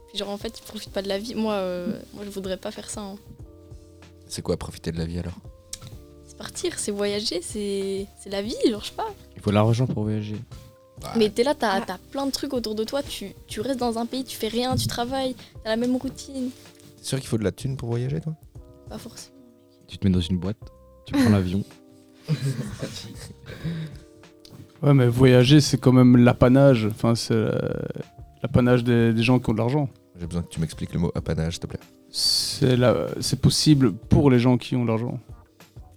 [SPEAKER 8] Puis genre en fait, tu profites pas de la vie. Moi, euh, moi je voudrais pas faire ça. hein.
[SPEAKER 7] C'est quoi profiter de la vie alors
[SPEAKER 8] C'est partir, c'est voyager, c'est c'est la vie, genre je sais pas.
[SPEAKER 9] Il faut de l'argent pour voyager.
[SPEAKER 8] Mais t'es là, t'as
[SPEAKER 6] Ah.
[SPEAKER 8] t'as plein de trucs autour de toi, tu, tu restes dans un pays, tu fais rien, tu travailles, t'as la même routine.
[SPEAKER 7] T'es sûr qu'il faut de la thune pour voyager, toi
[SPEAKER 8] Pas forcément.
[SPEAKER 9] Tu te mets dans une boîte, tu prends l'avion.
[SPEAKER 4] Ouais, mais voyager, c'est quand même l'apanage. Enfin, c'est euh, l'apanage des, des gens qui ont de l'argent.
[SPEAKER 7] J'ai besoin que tu m'expliques le mot apanage, s'il te plaît.
[SPEAKER 4] C'est la- c'est possible pour les gens qui ont de l'argent.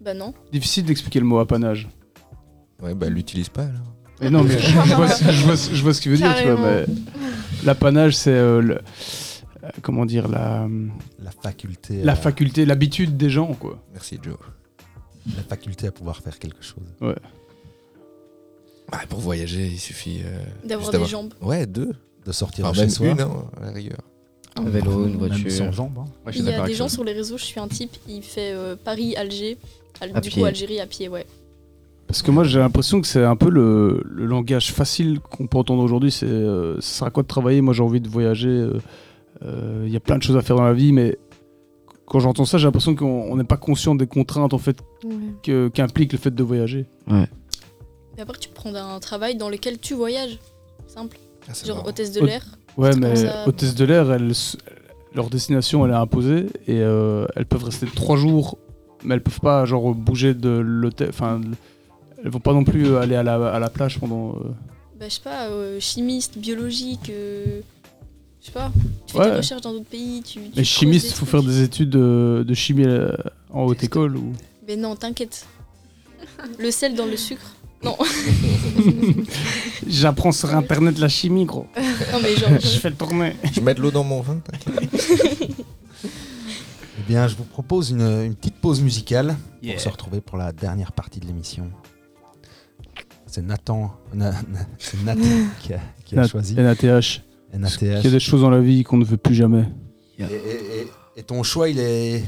[SPEAKER 8] Bah non.
[SPEAKER 4] Difficile d'expliquer le mot apanage.
[SPEAKER 7] Ouais, bah l'utilise pas alors.
[SPEAKER 8] (laughs)
[SPEAKER 4] Mais non, mais je, je vois, ce- je vois ce- je vois ce qu'il veut dire, tu vois. Mais l'apanage, c'est euh, le- euh, comment dire la,
[SPEAKER 3] La faculté,
[SPEAKER 4] la
[SPEAKER 3] à,
[SPEAKER 4] faculté, l'habitude des gens, quoi.
[SPEAKER 7] Merci, Joe.
[SPEAKER 3] la faculté à pouvoir faire
[SPEAKER 4] (laughs)
[SPEAKER 3] quelque chose.
[SPEAKER 7] Bah, pour voyager, il suffit. euh,
[SPEAKER 8] D'avoir
[SPEAKER 7] juste
[SPEAKER 8] des jambes.
[SPEAKER 7] Ouais, deux.
[SPEAKER 3] De sortir
[SPEAKER 7] Enfin,
[SPEAKER 3] de chez
[SPEAKER 7] même
[SPEAKER 3] soi.
[SPEAKER 7] une, hein, à la rigueur.
[SPEAKER 8] Un
[SPEAKER 5] vélo, une
[SPEAKER 3] Même
[SPEAKER 5] voiture.
[SPEAKER 3] sans jambes. hein.
[SPEAKER 9] Ouais, je suis
[SPEAKER 8] Il y a
[SPEAKER 9] d'accord
[SPEAKER 8] des
[SPEAKER 9] avec
[SPEAKER 8] gens
[SPEAKER 9] ça.
[SPEAKER 8] sur les réseaux, je suis un type, il fait euh, Paris-Alger, Al-
[SPEAKER 5] À
[SPEAKER 8] du
[SPEAKER 5] pied.
[SPEAKER 8] coup Algérie à pied, ouais.
[SPEAKER 4] Parce que moi, j'ai l'impression que c'est un peu le, le langage facile qu'on peut entendre aujourd'hui. C'est euh, ça sera quoi de travailler Moi, j'ai envie de voyager. euh, euh, Il y a plein de choses à faire dans la vie, mais quand j'entends ça, j'ai l'impression qu'on on n'est pas conscient des contraintes en fait
[SPEAKER 6] Ouais.
[SPEAKER 4] que- qu'implique le fait de voyager.
[SPEAKER 8] Mais après, tu prends un travail dans lequel tu voyages. Simple.
[SPEAKER 7] Ah, c'est
[SPEAKER 8] Genre
[SPEAKER 7] marrant.
[SPEAKER 8] hôtesse de
[SPEAKER 4] Hôte-
[SPEAKER 8] l'air.
[SPEAKER 4] Ouais,
[SPEAKER 8] C'est
[SPEAKER 4] mais
[SPEAKER 8] comme ça.
[SPEAKER 4] hôtesse de l'air, elles s- leur destination, elle est imposée et euh, elles peuvent rester trois jours, mais elles peuvent pas genre bouger de l'hôtel. Enfin, elles vont pas non plus aller à la, à la plage pendant. euh,
[SPEAKER 8] Bah, je sais pas, euh, chimiste, biologique, euh, je sais pas. Tu fais
[SPEAKER 4] Ouais.
[SPEAKER 8] des recherches dans d'autres pays, tu. tu
[SPEAKER 4] Mais
[SPEAKER 8] creuses
[SPEAKER 4] chimiste, il faut
[SPEAKER 8] trucs.
[SPEAKER 4] faire des études euh, de chimie euh, en haute école ou.
[SPEAKER 8] Mais non, t'inquiète. Le sel dans le sucre.
[SPEAKER 4] (laughs) J'apprends sur internet la chimie, gros.
[SPEAKER 8] (laughs) Non, mais genre.
[SPEAKER 4] Je fais tourner.
[SPEAKER 7] Je mets de l'eau dans mon vin. t'inquiète.
[SPEAKER 3] Eh bien, je vous propose une, une petite pause musicale
[SPEAKER 4] Yeah.
[SPEAKER 3] pour se retrouver pour la dernière partie de l'émission. C'est Nathan, Na- Na- c'est Nathan qui a, qui a choisi
[SPEAKER 4] NATH. Il y a
[SPEAKER 3] NATH.
[SPEAKER 4] des choses dans la vie qu'on ne veut plus jamais.
[SPEAKER 3] Et, et- et- et ton choix, il est,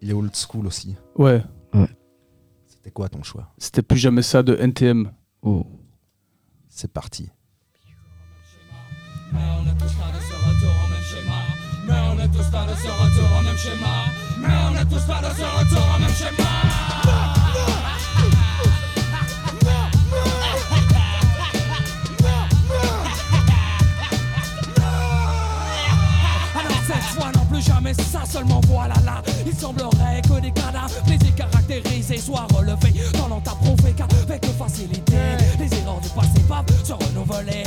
[SPEAKER 3] il est old school aussi.
[SPEAKER 4] Ouais,
[SPEAKER 3] C'était quoi ton choix
[SPEAKER 4] c'était plus jamais ça de NTM.
[SPEAKER 5] Oh.
[SPEAKER 3] C'est parti.
[SPEAKER 11] Alors cette fois non plus jamais ça, seulement voilà là Il semblerait que des cadavres les caractérisés soient relevés Dans à prouver qu'avec facilité Les erreurs du passé peuvent se renouveler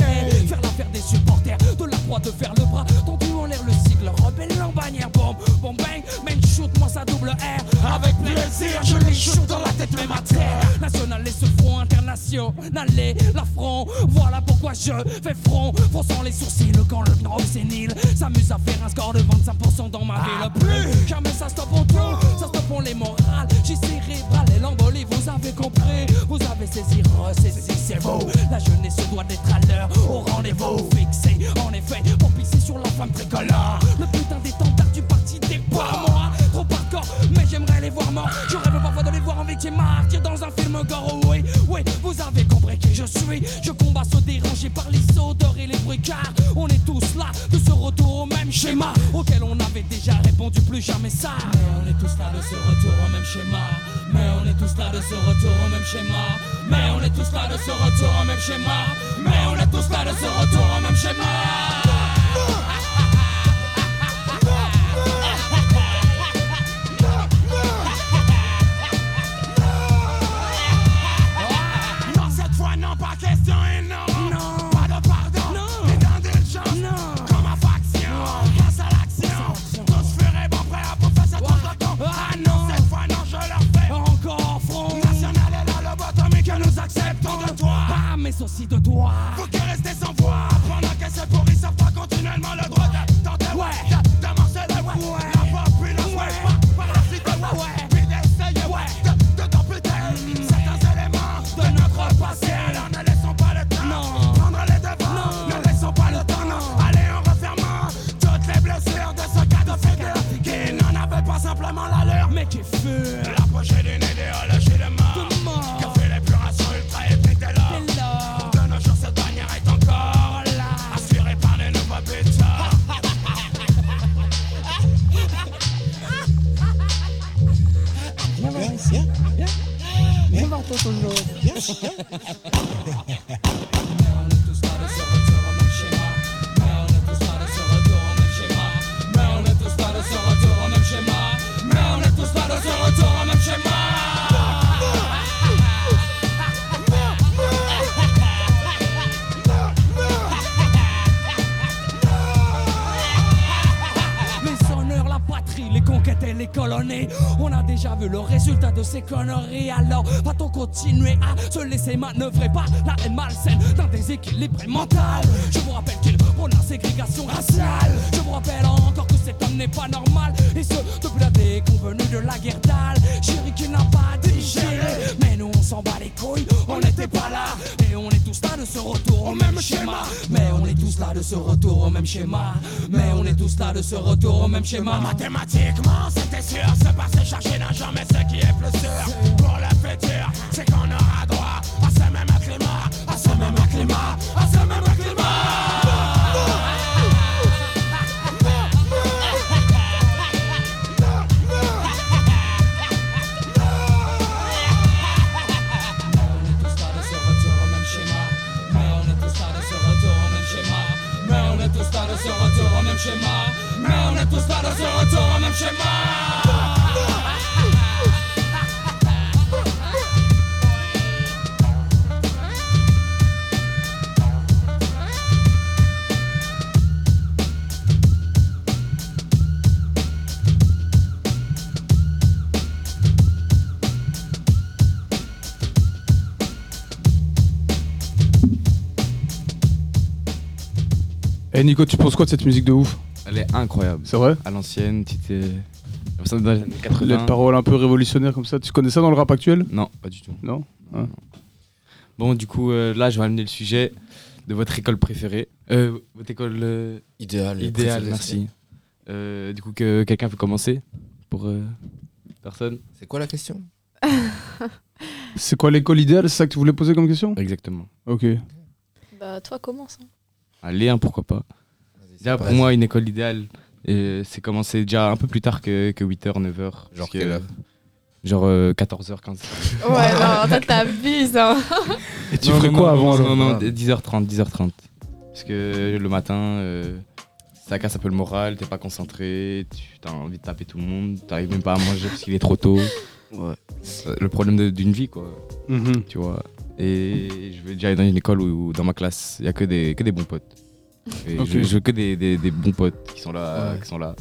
[SPEAKER 11] Faire l'affaire des supporters, de la croix de faire le bras Tendu en l'air le sigle rebelle en bannière Bombe, bombe, bang, man shoot moi sa double R Avec plaisir je les shoot dans la tête même à terre National et ce front internationalé L'affront, voilà pourquoi je fais front Fronçant les sourcils quand le drôle sénile S'amuse à faire un score de 25% dans ma ville Plus jamais ça stoppe en tout, ça stoppe en les morales J'ai cérébral et l'embolie, vous avez compris Vous avez saisi, ressaisi, c'est vous La jeunesse doit être à l'heure, au rendez-vous Fixé, en effet, pour pisser sur la femme tricolore Le putain des tentards du parti des bois, moi Trop hardcore, mais j'aimerais les voir morts Je rêve parfois de les voir en victime martyr dans un film gore Oh, Oui, oui, vous avez compris qui je suis Je combat ce dérangé par les odeurs et les bruits car On est tous là de ce retour au même schéma Auquel on avait déjà répondu plus jamais ça Mais on est tous là de ce retour au même schéma Mais on est tous là de ce retour au même schéma Mais on est tous là de ce retour au même schéma Mais on est tous là de ce retour au même schéma Non, cette fois, non, pas question et non. Pas de pardon, ni d'indulgence. Comme ma faction, passe à l'action. Tous furibonds, prêts à bouffer cette autre temps. Ah non, cette fois, non, je leur fais. Encore front. National est la lobotomie que nous acceptons de toi. Ah, mais aussi de toi. Vous qui restez sans voix. Pendant que c'est pour, ils savent pas continuellement le droit de tenter. Ouais, de manger les ouais. La population est pas parasite. Ouais, puis d'essayer. Ouais, de, de t'amputer. Certains éléments de notre passé. Alors ne laissons pas le temps prendre les devants. Ne laissons pas le temps, non. Allez en refermant toutes les blessures de ce cas de figure qui n'en avait pas simplement la leur, mais qui fut l'apogée d'une idéologie de mort. Que fait l'épuration ultra ethnique dès lors. De nos jours, cette bannière est encore là, assurée par les nouveaux buts.
[SPEAKER 7] Hein
[SPEAKER 11] les honneurs, la patrie, les conquêtes et les colonies. On a déjà vu le résultat de ces conneries. Alors va-t-on continuer à se laisser manœuvrer par la haine malsaine d'un déséquilibre mental Je vous rappelle qu'il prône la ségrégation raciale. Je vous rappelle encore que cet homme n'est pas normal. Et ce, depuis la déconvenue de la guerre d'Al. Chéri qui n'a pas digéré. Mais nous on s'en bat les couilles, on n'était pas là. Et on est tous là de ce retour au même schéma. Mais on est tous là de de ce retour au même schéma. Mais on est tous là de ce retour au même schéma.
[SPEAKER 12] Mathématiquement, c'était sûr, ce passé chargé d'argent, mais ce qui est plus sûr pour le futur, c'est qu'on aura droit à ce même climat, à ce même climat, à ce même
[SPEAKER 11] Mais on est tous là de ce retour au même schéma. Mais on est tous là de ce retour au même schéma. Mais on est tous là de ce retour au même schéma.
[SPEAKER 4] Eh Nico, tu penses quoi de cette musique de ouf
[SPEAKER 9] Elle est incroyable.
[SPEAKER 4] C'est vrai
[SPEAKER 9] À l'ancienne, petite. euh, comme ça, dans les années 80.
[SPEAKER 4] Les paroles un peu révolutionnaires comme ça. Tu connais ça dans le rap actuel
[SPEAKER 9] Non, pas du tout.
[SPEAKER 4] Non
[SPEAKER 9] Non, non. Bon, du coup, euh, là, je vais amener le sujet de votre école préférée. Euh, votre école. euh,
[SPEAKER 7] Idéale,
[SPEAKER 9] Idéale,
[SPEAKER 7] préférée.
[SPEAKER 9] merci. Euh, du coup, que quelqu'un veut commencer pour. euh, personne
[SPEAKER 7] C'est quoi la question
[SPEAKER 4] C'est quoi l'école idéale C'est ça que tu voulais poser comme question
[SPEAKER 9] Exactement.
[SPEAKER 4] Ok.
[SPEAKER 8] Bah, toi, commence. hein.
[SPEAKER 9] Allez, un pourquoi pas. Déjà, pour
[SPEAKER 7] parti.
[SPEAKER 9] moi, une école idéale, euh, c'est commencer déjà un peu plus tard que, que 8h, 9h.
[SPEAKER 7] Genre quelle heure
[SPEAKER 9] Genre euh, 14h, 15h.
[SPEAKER 6] Ouais, non, toi t'abuses, hein.
[SPEAKER 4] Et tu ferais quoi avant,
[SPEAKER 9] Non,
[SPEAKER 4] alors
[SPEAKER 9] non,
[SPEAKER 4] Ah.
[SPEAKER 9] 10h30, 10h30. Parce que le matin, euh, ça casse un peu le moral, t'es pas concentré, tu as envie de taper tout le monde, t'arrives même pas à manger parce qu'il est trop tôt.
[SPEAKER 5] Ouais.
[SPEAKER 9] C'est Le problème de- d'une vie, quoi.
[SPEAKER 4] Mhm.
[SPEAKER 9] Tu vois. Et je veux déjà aller dans une école où, où dans ma classe, il y a que des, que des bons potes. Et
[SPEAKER 4] Ok.
[SPEAKER 9] je, je veux que des, des- des bons potes qui sont là, euh,
[SPEAKER 4] Ouais.
[SPEAKER 9] qui sont là.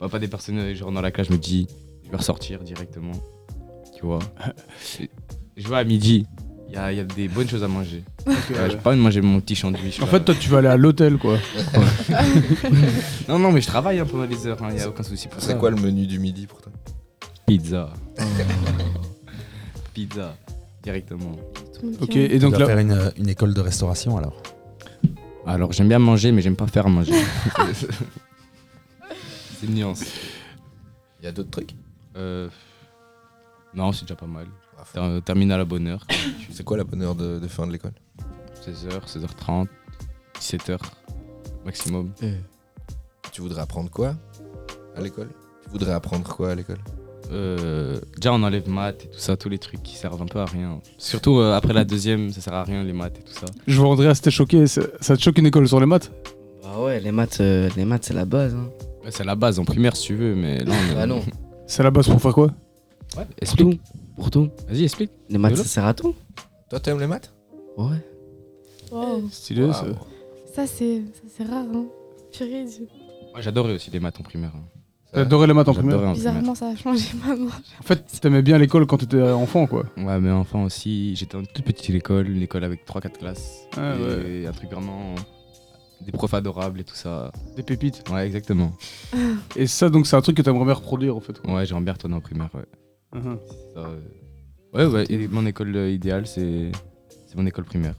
[SPEAKER 9] Pas, pas des personnes euh, genre dans la classe, je me dis, je vais ressortir directement. Tu
[SPEAKER 7] (laughs)
[SPEAKER 9] vois. Et je vois à midi, il y a, il y a des bonnes choses à manger. Ouais,
[SPEAKER 4] ouais.
[SPEAKER 9] J'ai pas envie de manger mon petit sandwich.
[SPEAKER 4] En
[SPEAKER 9] là.
[SPEAKER 4] fait, toi, tu vas aller à l'hôtel, quoi.
[SPEAKER 9] (laughs) non, non, mais je travaille un peu pendant les heures, hein, il n'y a aucun souci pour
[SPEAKER 7] C'est
[SPEAKER 9] ça.
[SPEAKER 7] quoi le menu du midi pour toi Oh.
[SPEAKER 9] Pizza. (laughs) Pizza, directement.
[SPEAKER 4] Ok, et donc
[SPEAKER 3] Tu
[SPEAKER 4] là-
[SPEAKER 3] dois faire une, euh, une école de restauration alors.
[SPEAKER 9] Alors, j'aime bien manger, mais j'aime pas faire à
[SPEAKER 3] (laughs)
[SPEAKER 9] manger. c'est une nuance.
[SPEAKER 7] Il y a d'autres trucs
[SPEAKER 9] Euh, non, c'est déjà pas mal. Ter- Termine à la bonne heure.
[SPEAKER 7] Ah, C'est quoi la bonne heure de, de fin de l'école
[SPEAKER 9] 16h, 16h30, 17h maximum.
[SPEAKER 5] Euh.
[SPEAKER 7] Tu voudrais apprendre quoi à l'école Tu voudrais apprendre quoi à l'école
[SPEAKER 9] Euh, déjà, on enlève maths et tout ça, tous les trucs qui servent un peu à rien. Surtout euh, après la deuxième, ça sert à rien les maths et tout ça.
[SPEAKER 4] (laughs) Je vous rendrai à c'était choqué. Ça ça te choque une école sur les maths
[SPEAKER 5] Bah ouais, les maths, euh, les maths c'est la base. Hein.
[SPEAKER 9] Ouais, c'est la base en primaire si tu veux, mais
[SPEAKER 7] Ah
[SPEAKER 9] là on est-
[SPEAKER 5] Bah non.
[SPEAKER 4] C'est la base pour faire quoi
[SPEAKER 9] Ouais,
[SPEAKER 5] Pour
[SPEAKER 9] explique.
[SPEAKER 5] tout. Pour tout.
[SPEAKER 9] Vas-y, explique.
[SPEAKER 5] Les maths, ça
[SPEAKER 9] Développe.
[SPEAKER 5] sert à tout.
[SPEAKER 7] Toi, t'aimes les maths
[SPEAKER 5] Ouais.
[SPEAKER 6] (laughs) Wow.
[SPEAKER 4] Stylé, ça.
[SPEAKER 7] Waouh.
[SPEAKER 6] Ça, c'est ça, c'est rare, hein. Purée, du-
[SPEAKER 9] Moi j'adorais aussi les maths en primaire. hein.
[SPEAKER 4] T'as adoré les maths en primaire
[SPEAKER 9] J'adorais en primaire.
[SPEAKER 6] bizarrement, ça a changé maintenant.
[SPEAKER 4] En fait, t'aimais bien l'école quand t'étais enfant, quoi.
[SPEAKER 9] Ouais, mais enfin aussi, j'étais dans une toute petite école, une école avec 3-4 classes.
[SPEAKER 4] Ah,
[SPEAKER 9] et un truc vraiment. Des profs adorables et tout ça.
[SPEAKER 4] Des pépites.
[SPEAKER 9] Ouais, exactement.
[SPEAKER 4] Et ça, donc, c'est un truc que t'aimerais bien reproduire, en fait. quoi.
[SPEAKER 9] Ouais, j'aimerais bien retourner en primaire, ouais.
[SPEAKER 4] Mhm.
[SPEAKER 9] Ça, euh, Ouais, ouais, et mon école euh, idéale, c'est c'est mon école primaire.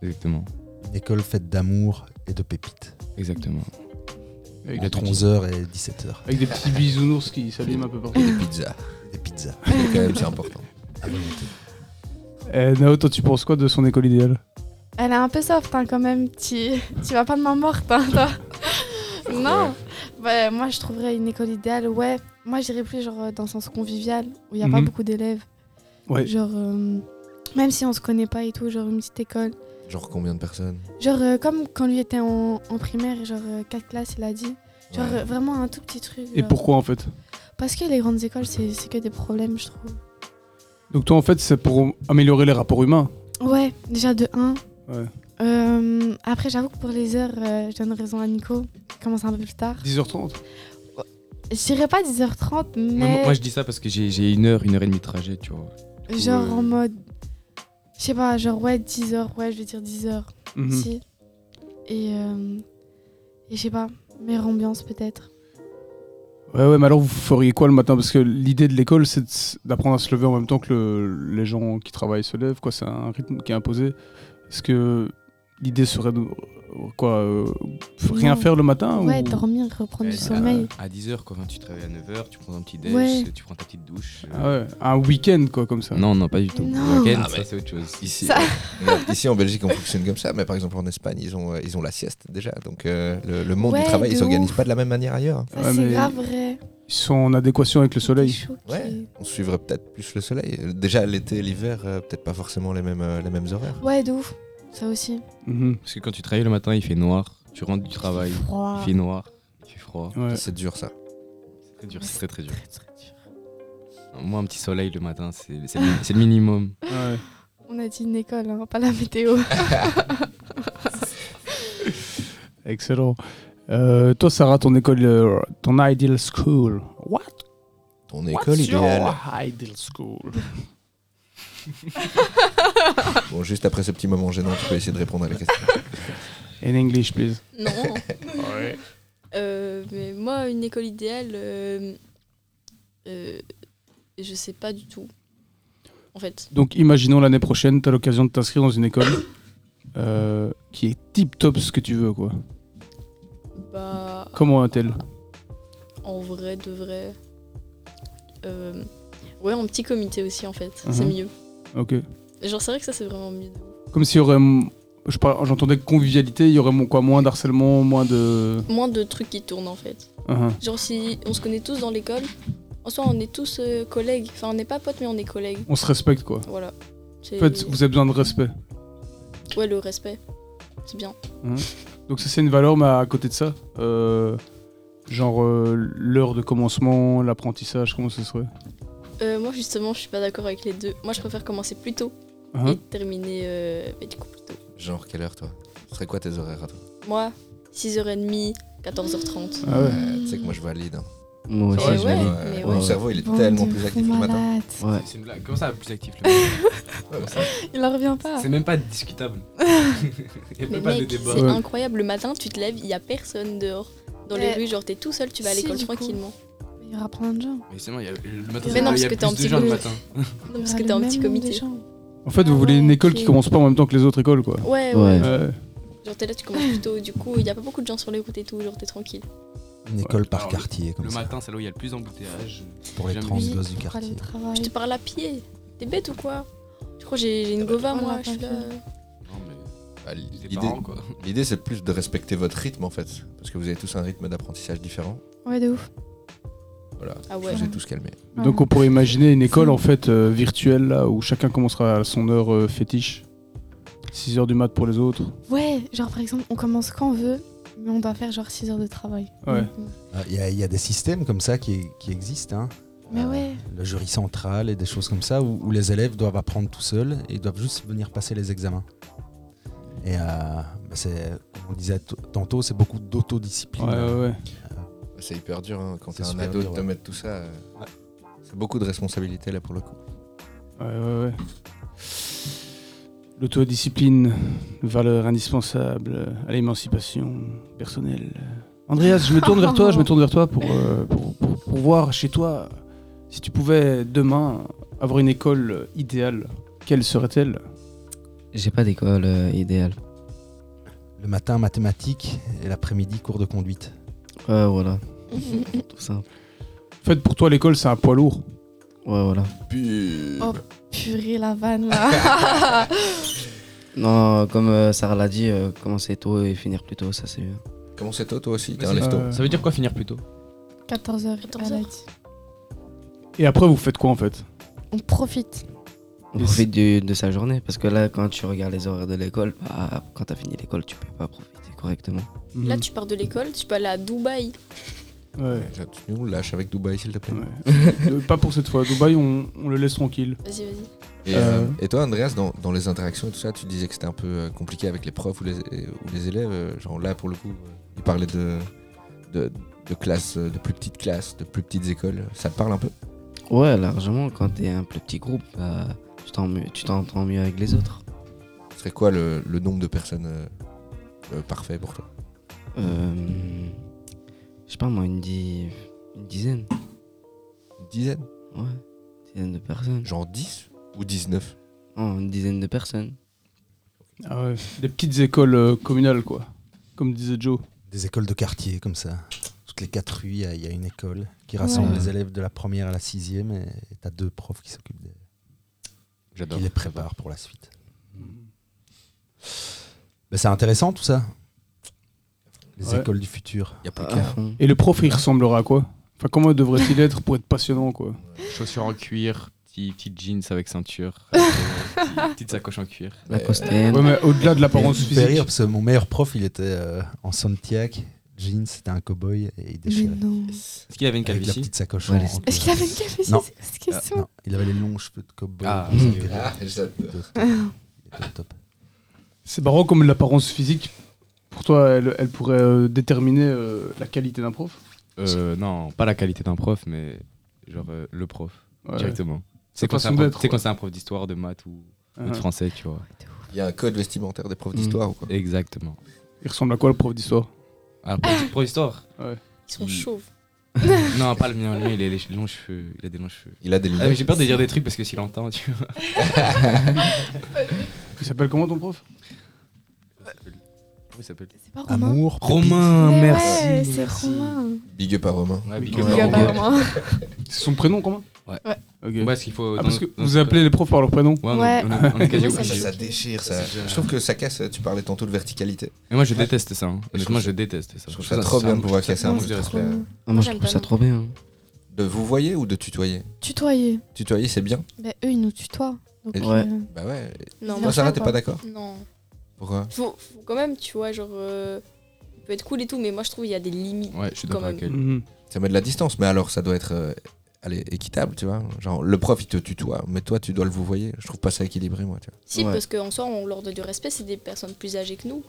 [SPEAKER 9] Exactement.
[SPEAKER 3] Une école faite d'amour et de pépites.
[SPEAKER 9] Exactement.
[SPEAKER 4] Avec,
[SPEAKER 3] Entre 11h et 17h.
[SPEAKER 4] avec des petits bisounours qui s'allument un peu
[SPEAKER 9] (laughs)
[SPEAKER 4] partout.
[SPEAKER 7] Des pizzas.
[SPEAKER 3] Des pizzas.
[SPEAKER 7] Quand même, (laughs) c'est important.
[SPEAKER 3] à volonté.
[SPEAKER 4] Eh, Nao, toi, tu penses quoi de son école idéale
[SPEAKER 6] Elle est un peu soft, hein, quand même. Tu, tu vas pas de main morte, hein, toi. non. Ouais, moi, je trouverais une école idéale. Ouais, moi, j'irais plus genre euh, dans le sens convivial, où il n'y a pas
[SPEAKER 4] Mhm.
[SPEAKER 6] beaucoup d'élèves.
[SPEAKER 4] Ouais.
[SPEAKER 6] Genre, euh, même si on se connaît pas et tout, genre une petite école.
[SPEAKER 7] Genre combien de personnes
[SPEAKER 6] Genre, euh, comme quand lui était en, en primaire, genre 4 classes, il a dit. Genre,
[SPEAKER 7] Ouais.
[SPEAKER 6] euh, vraiment un tout petit truc.
[SPEAKER 4] Et
[SPEAKER 6] genre.
[SPEAKER 4] pourquoi, en fait
[SPEAKER 6] Parce que les grandes écoles, c'est c'est que des problèmes, je trouve.
[SPEAKER 4] Donc, toi, en fait, c'est pour améliorer les rapports humains.
[SPEAKER 6] Ouais, déjà de 1.
[SPEAKER 4] Ouais.
[SPEAKER 6] après, j'avoue que pour les heures, euh, je donne raison à Nico. Commence un peu plus tard.
[SPEAKER 4] 10h30.
[SPEAKER 6] Je dirais pas 10h30,
[SPEAKER 9] Moi,
[SPEAKER 6] mais
[SPEAKER 9] moi, moi, je dis ça parce que j'ai- j'ai une heure, une heure et demie de trajet, tu vois. Du coup,
[SPEAKER 6] genre
[SPEAKER 9] euh,
[SPEAKER 6] en mode. Je sais pas, genre ouais, 10h, ouais, je vais dire 10h.
[SPEAKER 4] Mhm.
[SPEAKER 6] Si. Et, euh, et je sais pas, meilleure ambiance peut-être.
[SPEAKER 4] Ouais, ouais, mais alors vous feriez quoi le matin Parce que l'idée de l'école, c'est de s- d'apprendre à se lever en même temps que le- les gens qui travaillent se lèvent, quoi. C'est un rythme qui est imposé. Est-ce que l'idée serait de quoi euh, rien faire le matin
[SPEAKER 6] Ouais,
[SPEAKER 4] ou-
[SPEAKER 6] dormir, reprendre
[SPEAKER 9] Eh,
[SPEAKER 6] du
[SPEAKER 4] bah,
[SPEAKER 9] à-
[SPEAKER 6] sommeil.
[SPEAKER 9] À 10h, quand tu te réveilles à 9h, tu prends un petit déj,
[SPEAKER 6] Ouais.
[SPEAKER 9] tu prends ta petite douche.
[SPEAKER 4] Ah ouais, un week-end quoi comme
[SPEAKER 7] Mm.
[SPEAKER 4] ça.
[SPEAKER 9] Non, non, pas du tout.
[SPEAKER 6] Non.
[SPEAKER 9] Week-end,
[SPEAKER 7] Ah,
[SPEAKER 9] ça
[SPEAKER 7] mais
[SPEAKER 9] c'est autre chose.
[SPEAKER 7] Ici,
[SPEAKER 6] Ça-
[SPEAKER 7] Regarde, ici en Belgique, on fonctionne comme ça, mais par exemple en Espagne, ils ont, euh, ils ont la sieste déjà. Donc euh, le, le monde
[SPEAKER 6] Ouais,
[SPEAKER 7] du travail,
[SPEAKER 6] de
[SPEAKER 7] ils s'organisent
[SPEAKER 6] ouf.
[SPEAKER 7] pas de la même manière ailleurs.
[SPEAKER 6] Ça,
[SPEAKER 4] Ouais,
[SPEAKER 6] c'est
[SPEAKER 4] mais-
[SPEAKER 6] grave vrai.
[SPEAKER 4] Ils sont en adéquation avec le soleil.
[SPEAKER 7] Ouais, on suivrait peut-être plus le soleil. Euh, Déjà l'été et l'hiver, euh, peut-être pas forcément les mêmes, euh, les mêmes horaires.
[SPEAKER 6] Ouais, de ouf. Ça aussi.
[SPEAKER 9] Parce que quand tu travailles le matin, il fait noir. Tu rentres du travail,
[SPEAKER 6] froid.
[SPEAKER 9] il fait noir, il fait froid.
[SPEAKER 4] Ouais.
[SPEAKER 7] C'est dur ça.
[SPEAKER 9] C'est très dur, c'est très très dur. Moi, un petit soleil le matin, c'est c'est le, c'est le minimum.
[SPEAKER 4] Ouais.
[SPEAKER 6] On a dit une école, hein, pas la météo. (laughs)
[SPEAKER 4] Excellent. Euh, toi Sarah, ton école, euh, ton ideal school. What?
[SPEAKER 7] Ton
[SPEAKER 4] What's
[SPEAKER 7] école idéale.
[SPEAKER 4] your ideal school.
[SPEAKER 7] Bon, juste après ce petit moment gênant, tu peux essayer de répondre à la question.
[SPEAKER 4] (laughs) In English, please.
[SPEAKER 8] Non. Euh, mais moi, une école idéale, euh, euh, je sais pas du tout. En fait.
[SPEAKER 4] Donc, imaginons l'année prochaine, tu as l'occasion de t'inscrire dans une école (coughs) euh, qui est tip top ce que tu veux, quoi.
[SPEAKER 8] Bah,
[SPEAKER 4] Comment est-elle
[SPEAKER 8] en vrai, de vrai. euh, ouais, en petit comité aussi, en fait.
[SPEAKER 4] Mhm.
[SPEAKER 8] C'est mieux.
[SPEAKER 4] Ok.
[SPEAKER 8] Genre, c'est vrai que ça, c'est vraiment mieux.
[SPEAKER 4] Comme s'il y aurait. m- je par- J'entendais convivialité, il y aurait mon- quoi, moins d'harcèlement, moins de.
[SPEAKER 8] Moins de trucs qui tournent, en fait.
[SPEAKER 4] Mhm.
[SPEAKER 8] Genre, si on se connaît tous dans l'école, en soi, on est tous euh, collègues. Enfin, on n'est pas potes, mais on est collègues.
[SPEAKER 4] On se respecte, quoi.
[SPEAKER 8] Voilà.
[SPEAKER 4] En
[SPEAKER 8] C'est-
[SPEAKER 4] fait, vous avez besoin de respect.
[SPEAKER 8] Ouais, le respect. C'est bien.
[SPEAKER 4] Mhm. Donc, ça, c'est une valeur, mais à côté de ça, euh, genre euh, l'heure de commencement, l'apprentissage, comment ce serait
[SPEAKER 8] Euh, moi, justement, je suis pas d'accord avec les deux. Moi, je préfère commencer plus tôt
[SPEAKER 4] Mhm.
[SPEAKER 8] et terminer, euh, bah, du coup, plus tôt.
[SPEAKER 7] Genre, quelle heure toi Ce serait quoi tes horaires à toi
[SPEAKER 8] Moi, 6h30, 14h30.
[SPEAKER 4] Ah ouais.
[SPEAKER 7] Euh, Tu sais que moi
[SPEAKER 8] (laughs)
[SPEAKER 7] je valide. hein.
[SPEAKER 5] Moi
[SPEAKER 8] Ça va,
[SPEAKER 5] aussi, je
[SPEAKER 8] ouais,
[SPEAKER 5] l'ai.
[SPEAKER 8] mais
[SPEAKER 7] Ouais,
[SPEAKER 8] ouais.
[SPEAKER 7] Mon cerveau, il est
[SPEAKER 6] Bon
[SPEAKER 7] tellement
[SPEAKER 6] Dieu,
[SPEAKER 7] plus
[SPEAKER 6] fou
[SPEAKER 7] actif le matin.
[SPEAKER 6] malade.
[SPEAKER 5] Ouais.
[SPEAKER 9] C'est une blague. Comment ça, plus actif le matin Comment ça
[SPEAKER 6] Il en revient pas.
[SPEAKER 9] C'est même
[SPEAKER 8] (laughs)
[SPEAKER 9] pas discutable.
[SPEAKER 8] Ah.
[SPEAKER 9] Il n'y a
[SPEAKER 8] Mais
[SPEAKER 9] même pas de
[SPEAKER 8] mec,
[SPEAKER 9] débat.
[SPEAKER 8] c'est
[SPEAKER 4] Ouais.
[SPEAKER 8] incroyable. Le matin, tu te lèves, il y a personne dehors. Dans les
[SPEAKER 6] Ouais.
[SPEAKER 8] rues, genre, t'es tout seul, tu vas à
[SPEAKER 6] Si,
[SPEAKER 8] l'école
[SPEAKER 6] du coup.
[SPEAKER 8] tranquillement.
[SPEAKER 6] Il y aura plein de gens.
[SPEAKER 9] Mais c'est bon, il y a- le matin,
[SPEAKER 6] Mais
[SPEAKER 9] c'est- il
[SPEAKER 6] non,
[SPEAKER 9] y
[SPEAKER 8] parce
[SPEAKER 9] a
[SPEAKER 8] que t'es
[SPEAKER 9] plus
[SPEAKER 8] en
[SPEAKER 9] de
[SPEAKER 8] petit
[SPEAKER 9] gens le
[SPEAKER 8] groupe.
[SPEAKER 9] matin.
[SPEAKER 8] Non, parce que t'es un petit comité.
[SPEAKER 4] En fait, vous
[SPEAKER 6] Ah
[SPEAKER 4] voulez une
[SPEAKER 6] ouais,
[SPEAKER 4] école
[SPEAKER 6] ok.
[SPEAKER 4] qui commence pas en même temps que les autres écoles, quoi.
[SPEAKER 8] Ouais, ouais.
[SPEAKER 5] Ouais.
[SPEAKER 4] Ouais.
[SPEAKER 8] Genre, t'es là, tu commences plus tôt. Du coup, il y a pas beaucoup de gens sur les routes et tout. Genre, t'es tranquille.
[SPEAKER 3] Une école par
[SPEAKER 9] Alors,
[SPEAKER 3] quartier, comme
[SPEAKER 9] Le
[SPEAKER 3] ça.
[SPEAKER 9] matin, c'est là où il y a le plus d'embouteillages.
[SPEAKER 3] Pour les
[SPEAKER 9] j'aime
[SPEAKER 3] trans
[SPEAKER 9] bien.
[SPEAKER 3] gosses du quartier.
[SPEAKER 8] Je te parle à pied. T'es bête ou quoi Je crois que j'ai j'ai une gova,
[SPEAKER 6] voilà,
[SPEAKER 8] moi. Je suis
[SPEAKER 6] t'as
[SPEAKER 8] là.
[SPEAKER 9] Non, mais
[SPEAKER 7] Bah,
[SPEAKER 9] les
[SPEAKER 7] L'idée,
[SPEAKER 9] parents, quoi.
[SPEAKER 7] l'idée, c'est plus de respecter votre rythme en fait, parce que vous avez tous un rythme d'apprentissage différent.
[SPEAKER 6] Ouais, de ouf.
[SPEAKER 7] Voilà,
[SPEAKER 8] Ah ouais.
[SPEAKER 7] je vous ai tous calmé.
[SPEAKER 4] Donc on pourrait imaginer une école en fait euh, virtuelle là où chacun commencera à son heure euh, fétiche. 6 heures du mat pour les autres.
[SPEAKER 6] Ouais, genre par exemple, on commence quand on veut, mais on doit faire genre 6 heures de travail.
[SPEAKER 4] Ouais.
[SPEAKER 3] Ah, Il y, a- il y a des systèmes comme ça qui, qui existent. hein.
[SPEAKER 6] Mais
[SPEAKER 3] Euh,
[SPEAKER 6] ouais.
[SPEAKER 3] Le jury central et des choses comme ça où, où les élèves doivent apprendre tout seuls et doivent juste venir passer les examens. Et euh, bah, c'est, comme on disait t- tantôt, c'est beaucoup
[SPEAKER 4] Ouais,
[SPEAKER 3] d'autodiscipline.
[SPEAKER 4] ouais, ouais.
[SPEAKER 7] Ah, C'est hyper dur hein, quand
[SPEAKER 3] C'est
[SPEAKER 7] t'es un
[SPEAKER 3] super
[SPEAKER 7] ado
[SPEAKER 3] dur,
[SPEAKER 7] de te
[SPEAKER 3] ouais.
[SPEAKER 7] mettre tout ça. euh, C'est beaucoup de responsabilités là pour le coup.
[SPEAKER 4] Ouais, ouais, ouais. L'autodiscipline, valeur indispensable euh, à l'émancipation personnelle. Andreas, je me tourne vers toi, je me tourne vers toi pour, euh, pour, pour- pour voir chez toi si tu pouvais demain avoir une école euh, idéale, quelle serait-elle
[SPEAKER 5] J'ai pas d'école euh, idéale.
[SPEAKER 3] Le matin, mathématiques et l'après-midi, cours de conduite.
[SPEAKER 5] Ouais, voilà. Tout simple.
[SPEAKER 4] En fait, pour toi, l'école, c'est un poids lourd.
[SPEAKER 5] Ouais, voilà.
[SPEAKER 6] oh, Purée la
[SPEAKER 8] (laughs)
[SPEAKER 6] vanne là.
[SPEAKER 5] Non, comme euh, Sarah l'a dit, euh, commencer tôt et finir plus tôt, ça c'est bien.
[SPEAKER 7] Comment c'est tôt toi aussi
[SPEAKER 9] Mais
[SPEAKER 7] T'es un
[SPEAKER 9] c'est-
[SPEAKER 7] lefto.
[SPEAKER 4] Euh,
[SPEAKER 9] Ça veut dire quoi finir plus tôt
[SPEAKER 6] 14 heures,
[SPEAKER 8] 14
[SPEAKER 6] elle a
[SPEAKER 8] heures.
[SPEAKER 6] dit.
[SPEAKER 4] Et après, vous faites quoi en fait
[SPEAKER 6] On profite.
[SPEAKER 5] On
[SPEAKER 4] Yes.
[SPEAKER 5] profite du- de sa journée parce que là, quand tu regardes les horaires de l'école, bah, quand t'as fini l'école, tu peux pas profiter correctement.
[SPEAKER 9] Mhm.
[SPEAKER 8] Là, tu pars de l'école, tu peux aller à Dubaï.
[SPEAKER 4] Ouais.
[SPEAKER 7] Là, tu nous lâches avec Dubaï s'il te plaît.
[SPEAKER 4] Ouais. Euh, pas pour cette fois. Dubaï, on, on le laisse tranquille.
[SPEAKER 8] Vas-y, vas-y.
[SPEAKER 7] Et,
[SPEAKER 4] Euh.
[SPEAKER 7] euh, et toi Andreas, dans, dans les interactions et tout ça, tu disais que c'était un peu euh, compliqué avec les profs ou les, et- ou les élèves. euh, Genre là pour le coup, euh, ils parlaient de, de, de classes, euh, de plus petites classes, de plus petites écoles. Ça te parle un peu
[SPEAKER 5] Ouais, largement, quand t'es un plus petit groupe, bah, tu t'en- tu t'entends mieux avec les autres.
[SPEAKER 7] Ce serait quoi le, le nombre de personnes euh, euh, parfait pour toi
[SPEAKER 5] Euh, je sais pas moi, une, di- une dizaine.
[SPEAKER 7] Une dizaine
[SPEAKER 5] Ouais, une dizaine de personnes. Oh,
[SPEAKER 7] Genre 10 ou 19
[SPEAKER 5] Non, une dizaine de personnes.
[SPEAKER 4] Ah ouais, Des petites écoles euh, communales, quoi. Comme disait Joe.
[SPEAKER 3] Des écoles de quartier, comme ça. Toutes les quatre rues, il y, a- il y a une école qui rassemble
[SPEAKER 4] Ouais.
[SPEAKER 3] les élèves de la première à la sixième. Et et t'as deux profs qui s'occupent des.
[SPEAKER 9] J'adore.
[SPEAKER 3] Qui les préparent pour la suite. Mais c'est intéressant tout ça. Les
[SPEAKER 4] Ouais.
[SPEAKER 3] écoles du futur.
[SPEAKER 7] Y a
[SPEAKER 4] Ah.
[SPEAKER 7] plus
[SPEAKER 3] Ah.
[SPEAKER 4] Et le prof, il ressemblera à quoi Enfin, comment devrait-il être pour être passionnant, quoi
[SPEAKER 9] Chaussures en cuir, petit, petit jeans avec ceinture, euh, petit- petite sacoche en cuir.
[SPEAKER 4] Ouais, mais au-delà de l'apparence
[SPEAKER 3] Il me fait
[SPEAKER 4] physique.
[SPEAKER 3] rire parce que mon meilleur prof, il était euh, en Santiac, jeans, c'était un cowboy et il déchirait.
[SPEAKER 6] non.
[SPEAKER 9] Est-ce qu'il avait une
[SPEAKER 3] Avec la
[SPEAKER 9] calvitie
[SPEAKER 3] petite sacoche.
[SPEAKER 9] Ouais,
[SPEAKER 3] en-
[SPEAKER 9] les-
[SPEAKER 3] en-
[SPEAKER 6] Est-ce qu'il avait une calvitie
[SPEAKER 3] Non.
[SPEAKER 6] C'est quoi cette question
[SPEAKER 3] Ah, non, il avait les longs cheveux de cowboy.
[SPEAKER 9] Ah,
[SPEAKER 3] comme ça,
[SPEAKER 9] mmh.
[SPEAKER 3] il était-
[SPEAKER 7] Ah, j'adore.
[SPEAKER 3] il était au top. Il était au top.
[SPEAKER 4] C'est marrant comme l'apparence physique, pour toi, elle, elle pourrait euh, déterminer euh, la qualité d'un prof
[SPEAKER 9] Euh, non, pas la qualité d'un prof, mais genre euh, le prof,
[SPEAKER 4] Ouais.
[SPEAKER 9] directement.
[SPEAKER 4] Sa
[SPEAKER 9] C'est quand c'est un
[SPEAKER 4] façon
[SPEAKER 9] prof-
[SPEAKER 4] d'être,
[SPEAKER 9] c'est quand
[SPEAKER 4] ouais.
[SPEAKER 9] c'est un prof d'histoire, de maths ou, ou
[SPEAKER 4] Ah.
[SPEAKER 9] de français, tu vois.
[SPEAKER 7] Il y a un code vestimentaire des profs d'histoire Bah, ou quoi (laughs)
[SPEAKER 9] Exactement.
[SPEAKER 4] Il ressemble à quoi le prof d'histoire
[SPEAKER 9] Ah, (laughs)
[SPEAKER 7] bah,
[SPEAKER 9] prof prof d'histoire
[SPEAKER 4] Ouais.
[SPEAKER 8] Ils sont
[SPEAKER 9] Mm.
[SPEAKER 8] chauves.
[SPEAKER 9] Non, pas le mien, lui, il a les longs cheveux. Il a des longs cheveux.
[SPEAKER 7] Il a des
[SPEAKER 9] Ah,
[SPEAKER 7] lunettes.
[SPEAKER 9] mais J'ai peur de dire des trucs parce que s'il entend, tu
[SPEAKER 7] (laughs)
[SPEAKER 9] vois.
[SPEAKER 4] Il s'appelle comment ton prof
[SPEAKER 9] Comment il s'appelle
[SPEAKER 6] C'est pas Romain
[SPEAKER 3] Amour.
[SPEAKER 9] Romain,
[SPEAKER 6] Mais
[SPEAKER 9] merci.
[SPEAKER 6] ouais,
[SPEAKER 9] merci.
[SPEAKER 6] c'est Romain.
[SPEAKER 7] Big up à Romain.
[SPEAKER 9] Ouais,
[SPEAKER 4] Big
[SPEAKER 9] big
[SPEAKER 4] up
[SPEAKER 9] up
[SPEAKER 4] à
[SPEAKER 9] à
[SPEAKER 6] Pas
[SPEAKER 9] Romain.
[SPEAKER 6] Romain.
[SPEAKER 4] (laughs) C'est son prénom, comment
[SPEAKER 9] Ouais.
[SPEAKER 6] Ouais.
[SPEAKER 4] Ok.
[SPEAKER 9] Ouais, ce qu'il faut.
[SPEAKER 4] Ah,
[SPEAKER 9] dans
[SPEAKER 4] parce que
[SPEAKER 9] notre-
[SPEAKER 4] vous appelez les profs par leur prénom
[SPEAKER 9] Ouais, on-
[SPEAKER 6] Ouais.
[SPEAKER 9] on
[SPEAKER 6] (laughs)
[SPEAKER 7] (laughs)
[SPEAKER 9] est- on est quasi
[SPEAKER 7] Ça,
[SPEAKER 9] obligé.
[SPEAKER 7] ça déchire, ça. Je trouve que ça casse. Tu parlais tantôt de verticalité.
[SPEAKER 9] Mais moi, je déteste ça. hein.
[SPEAKER 7] Je
[SPEAKER 9] Honnêtement,
[SPEAKER 7] trouve
[SPEAKER 9] je déteste ça.
[SPEAKER 7] Je trouve ça trop bien de pouvoir casser un
[SPEAKER 6] Non,
[SPEAKER 7] manque de
[SPEAKER 6] c'est trop
[SPEAKER 7] respect.
[SPEAKER 6] bien.
[SPEAKER 5] Ah, moi, je
[SPEAKER 8] J'aime
[SPEAKER 5] trouve
[SPEAKER 8] pas
[SPEAKER 5] ça
[SPEAKER 8] non
[SPEAKER 5] trop bien.
[SPEAKER 7] De vous voyez ou de tutoyer
[SPEAKER 6] Tutoyer.
[SPEAKER 7] Tutoyer, c'est bien.
[SPEAKER 6] Bah, eux, ils nous tutoient. Donc,
[SPEAKER 7] Et-
[SPEAKER 6] euh,
[SPEAKER 7] Bah ouais.
[SPEAKER 8] Non,
[SPEAKER 6] C'est
[SPEAKER 8] moi,
[SPEAKER 7] Toi,
[SPEAKER 6] leur
[SPEAKER 7] Sarah,
[SPEAKER 6] choix,
[SPEAKER 7] t'es
[SPEAKER 6] quoi.
[SPEAKER 7] pas d'accord
[SPEAKER 8] non.
[SPEAKER 7] Pourquoi
[SPEAKER 8] Faut, faut quand même, tu vois, genre. euh, peut être cool et tout, mais moi je trouve il y a des limites.
[SPEAKER 9] Ouais, je suis
[SPEAKER 8] Quand
[SPEAKER 9] d'accord
[SPEAKER 8] même.
[SPEAKER 9] avec elle.
[SPEAKER 4] Mhm.
[SPEAKER 7] Ça met de la distance, mais alors ça doit être euh, allez, équitable, tu vois. Genre, le prof, il te tutoie, mais toi, tu dois le vous voyez. Je trouve pas ça équilibré, moi, tu vois.
[SPEAKER 8] Si,
[SPEAKER 5] Ouais.
[SPEAKER 8] parce qu'en soi, on leur donne du respect, c'est des personnes plus âgées que nous.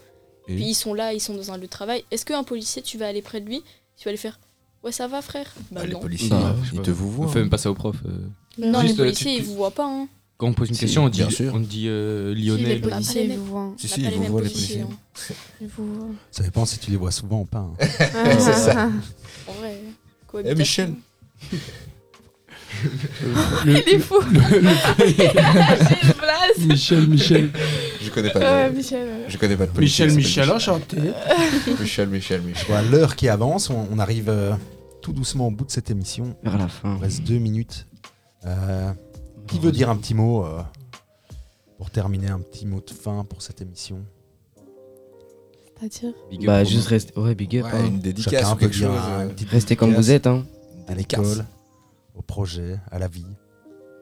[SPEAKER 7] Et
[SPEAKER 8] Puis ils sont là, ils sont dans un lieu de travail. Est-ce qu'un policier, tu vas aller près de lui Tu vas lui faire Ouais, ça va, frère Bah,
[SPEAKER 9] Ah,
[SPEAKER 7] Bah, les
[SPEAKER 8] non.
[SPEAKER 7] policiers,
[SPEAKER 9] Non, je sais
[SPEAKER 7] ils
[SPEAKER 9] pas.
[SPEAKER 7] te vous hein.
[SPEAKER 9] On
[SPEAKER 7] voient.
[SPEAKER 9] fait même pas ça au prof. euh.
[SPEAKER 8] Non,
[SPEAKER 9] Juste,
[SPEAKER 8] les
[SPEAKER 9] euh,
[SPEAKER 8] policiers,
[SPEAKER 9] tu- tu-
[SPEAKER 8] ils vous voient pas. Hein.
[SPEAKER 9] Quand on pose une
[SPEAKER 7] Si,
[SPEAKER 9] question, on dit,
[SPEAKER 7] bien sûr.
[SPEAKER 9] on dit euh,
[SPEAKER 6] si les
[SPEAKER 9] Lionel.
[SPEAKER 6] policiers, ils vous voient. hein.
[SPEAKER 7] Si,
[SPEAKER 8] On
[SPEAKER 7] si,
[SPEAKER 8] n'a
[SPEAKER 7] ils
[SPEAKER 8] pas
[SPEAKER 7] vous
[SPEAKER 8] les
[SPEAKER 7] voient,
[SPEAKER 8] mêmes
[SPEAKER 7] les
[SPEAKER 8] policiers,
[SPEAKER 7] policiers.
[SPEAKER 6] Ils vous voient.
[SPEAKER 3] Ça dépend si tu les vois souvent ou pas. hein.
[SPEAKER 7] (laughs)
[SPEAKER 6] Ah.
[SPEAKER 7] c'est
[SPEAKER 6] (laughs)
[SPEAKER 7] ça.
[SPEAKER 8] hein. En vrai.
[SPEAKER 7] Eh, Michel
[SPEAKER 6] Il est fou. (laughs) Michel,
[SPEAKER 4] Michel, Michel.
[SPEAKER 7] Je connais pas.
[SPEAKER 6] Ouais,
[SPEAKER 7] de-
[SPEAKER 6] Michel. ouais.
[SPEAKER 7] Je connais pas de policier.
[SPEAKER 4] Michel,
[SPEAKER 7] qui
[SPEAKER 4] Michel, enchanté.
[SPEAKER 7] s'appelle Michel, Michel, Michel.
[SPEAKER 3] Tu vois, l'heure qui avance, on, on arrive euh, tout doucement au bout de cette émission.
[SPEAKER 5] Vers la fin.
[SPEAKER 3] Il nous reste deux minutes. Euh, qui veut dire un petit mot euh, pour terminer, un petit mot de fin pour cette émission
[SPEAKER 6] C'est-à-dire
[SPEAKER 9] Big up
[SPEAKER 5] Bah,
[SPEAKER 9] Romain.
[SPEAKER 5] juste rester. Ouais, big up.
[SPEAKER 7] Ouais,
[SPEAKER 5] hein.
[SPEAKER 7] une dédicace
[SPEAKER 3] Chacun
[SPEAKER 7] ou
[SPEAKER 3] peut
[SPEAKER 7] quelque
[SPEAKER 3] dire
[SPEAKER 7] chose.
[SPEAKER 3] un-
[SPEAKER 7] euh,
[SPEAKER 3] une petite
[SPEAKER 5] Restez comme
[SPEAKER 3] dédicace
[SPEAKER 5] vous êtes, hein.
[SPEAKER 3] À l'école, au projet, à la vie.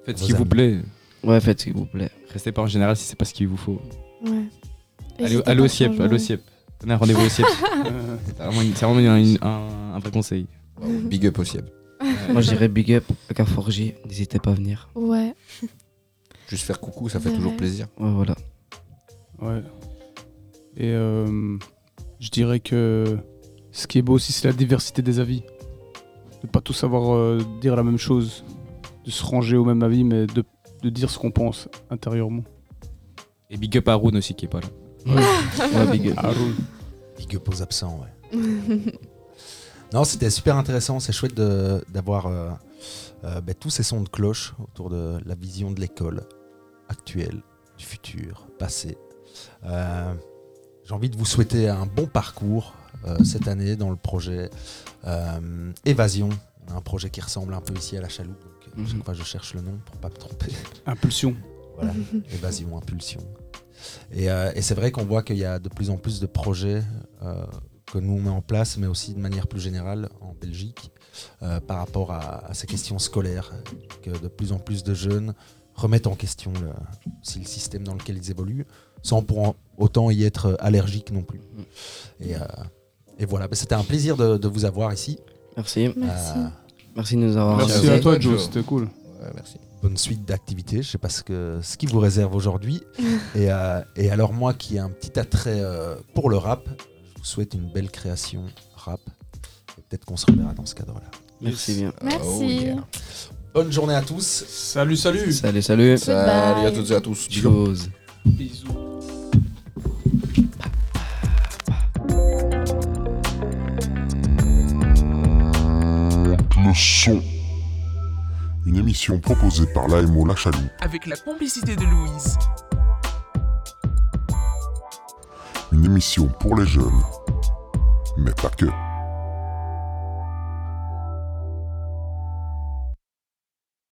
[SPEAKER 9] Faites
[SPEAKER 3] Vos
[SPEAKER 9] ce qu'il vous
[SPEAKER 3] amis.
[SPEAKER 9] plaît.
[SPEAKER 5] Ouais, faites s'il vous plaît.
[SPEAKER 9] Restez pas en général Ah, si c'est pas ce qu'il vous faut.
[SPEAKER 6] Ouais.
[SPEAKER 9] Allez,
[SPEAKER 6] Hésitez
[SPEAKER 9] allez
[SPEAKER 6] pas
[SPEAKER 9] au
[SPEAKER 6] à
[SPEAKER 9] CIEP,
[SPEAKER 6] changer.
[SPEAKER 9] allez au CIEP. Donnez un rendez-vous
[SPEAKER 6] (laughs)
[SPEAKER 9] au Euh, CIEP. C'est vraiment, une- c'est vraiment une- une- un, un vrai conseil.
[SPEAKER 7] Big up aussi.
[SPEAKER 5] Moi, je dirais big up à Carrefour J. N'hésitez pas à venir.
[SPEAKER 8] (laughs)
[SPEAKER 6] Ouais.
[SPEAKER 7] Juste faire coucou, ça fait
[SPEAKER 6] Ouais.
[SPEAKER 7] toujours plaisir.
[SPEAKER 5] Ouais,
[SPEAKER 7] (laughs)
[SPEAKER 5] voilà.
[SPEAKER 4] Ouais. Et euh, je dirais que ce qui est beau aussi, c'est la diversité des avis. De pas tous savoir euh, dire la même chose, de se ranger au même avis, mais de, de dire ce qu'on pense intérieurement.
[SPEAKER 9] Et big up à Arun aussi qui est pas là.
[SPEAKER 5] Ouais, big up.
[SPEAKER 3] Big up aux absents, ouais. non, c'était super intéressant. C'est chouette de- d'avoir euh, euh, ben, tous ces sons de cloche autour de la vision de l'école actuelle, du futur, passé. Euh, J'ai envie de vous souhaiter un bon parcours euh, cette année dans le projet euh, Évasion. On a un projet qui ressemble un peu ici à la chaloupe. Donc, à
[SPEAKER 5] Mhm.
[SPEAKER 3] Chaque fois, je cherche le nom pour pas me tromper.
[SPEAKER 4] Impulsion.
[SPEAKER 3] Voilà, évasion, impulsion. Et, euh, et c'est vrai qu'on voit qu'il y a de plus en plus de projets euh, que nous on met en place, mais aussi de manière plus générale en Belgique, euh, par rapport à, à ces questions scolaires, que de plus en plus de jeunes remettent en question le, aussi le système dans lequel ils évoluent, sans pour en- autant y être allergique non plus. Et, euh, et voilà, Bah, c'était un plaisir de, de vous avoir ici.
[SPEAKER 5] Merci.
[SPEAKER 6] Merci.
[SPEAKER 3] Euh,
[SPEAKER 5] Merci de nous avoir
[SPEAKER 4] Merci
[SPEAKER 7] vous.
[SPEAKER 4] à toi,
[SPEAKER 7] Bonne
[SPEAKER 4] Joe,
[SPEAKER 7] journée.
[SPEAKER 4] c'était cool.
[SPEAKER 7] Ouais, merci.
[SPEAKER 3] bonne suite d'activités. Je sais pas ce que ce qui vous réserve aujourd'hui. et, euh, et alors moi qui ai un petit attrait euh, pour le rap, je vous souhaite une belle création rap. Et peut-être qu'on se reverra dans ce cadre-là.
[SPEAKER 5] Merci bien.
[SPEAKER 7] Oh,
[SPEAKER 6] Merci.
[SPEAKER 7] yeah.
[SPEAKER 3] Bonne journée à tous.
[SPEAKER 4] Salut, salut.
[SPEAKER 5] Salut, salut.
[SPEAKER 7] Salut à toutes et à tous. Bisous.
[SPEAKER 5] Chose.
[SPEAKER 4] Bisous.
[SPEAKER 1] Euh, Le son. Une émission proposée par l'AMO La Chaloupe.
[SPEAKER 2] Avec la complicité de Louise.
[SPEAKER 1] Une émission pour les jeunes, mais pas que.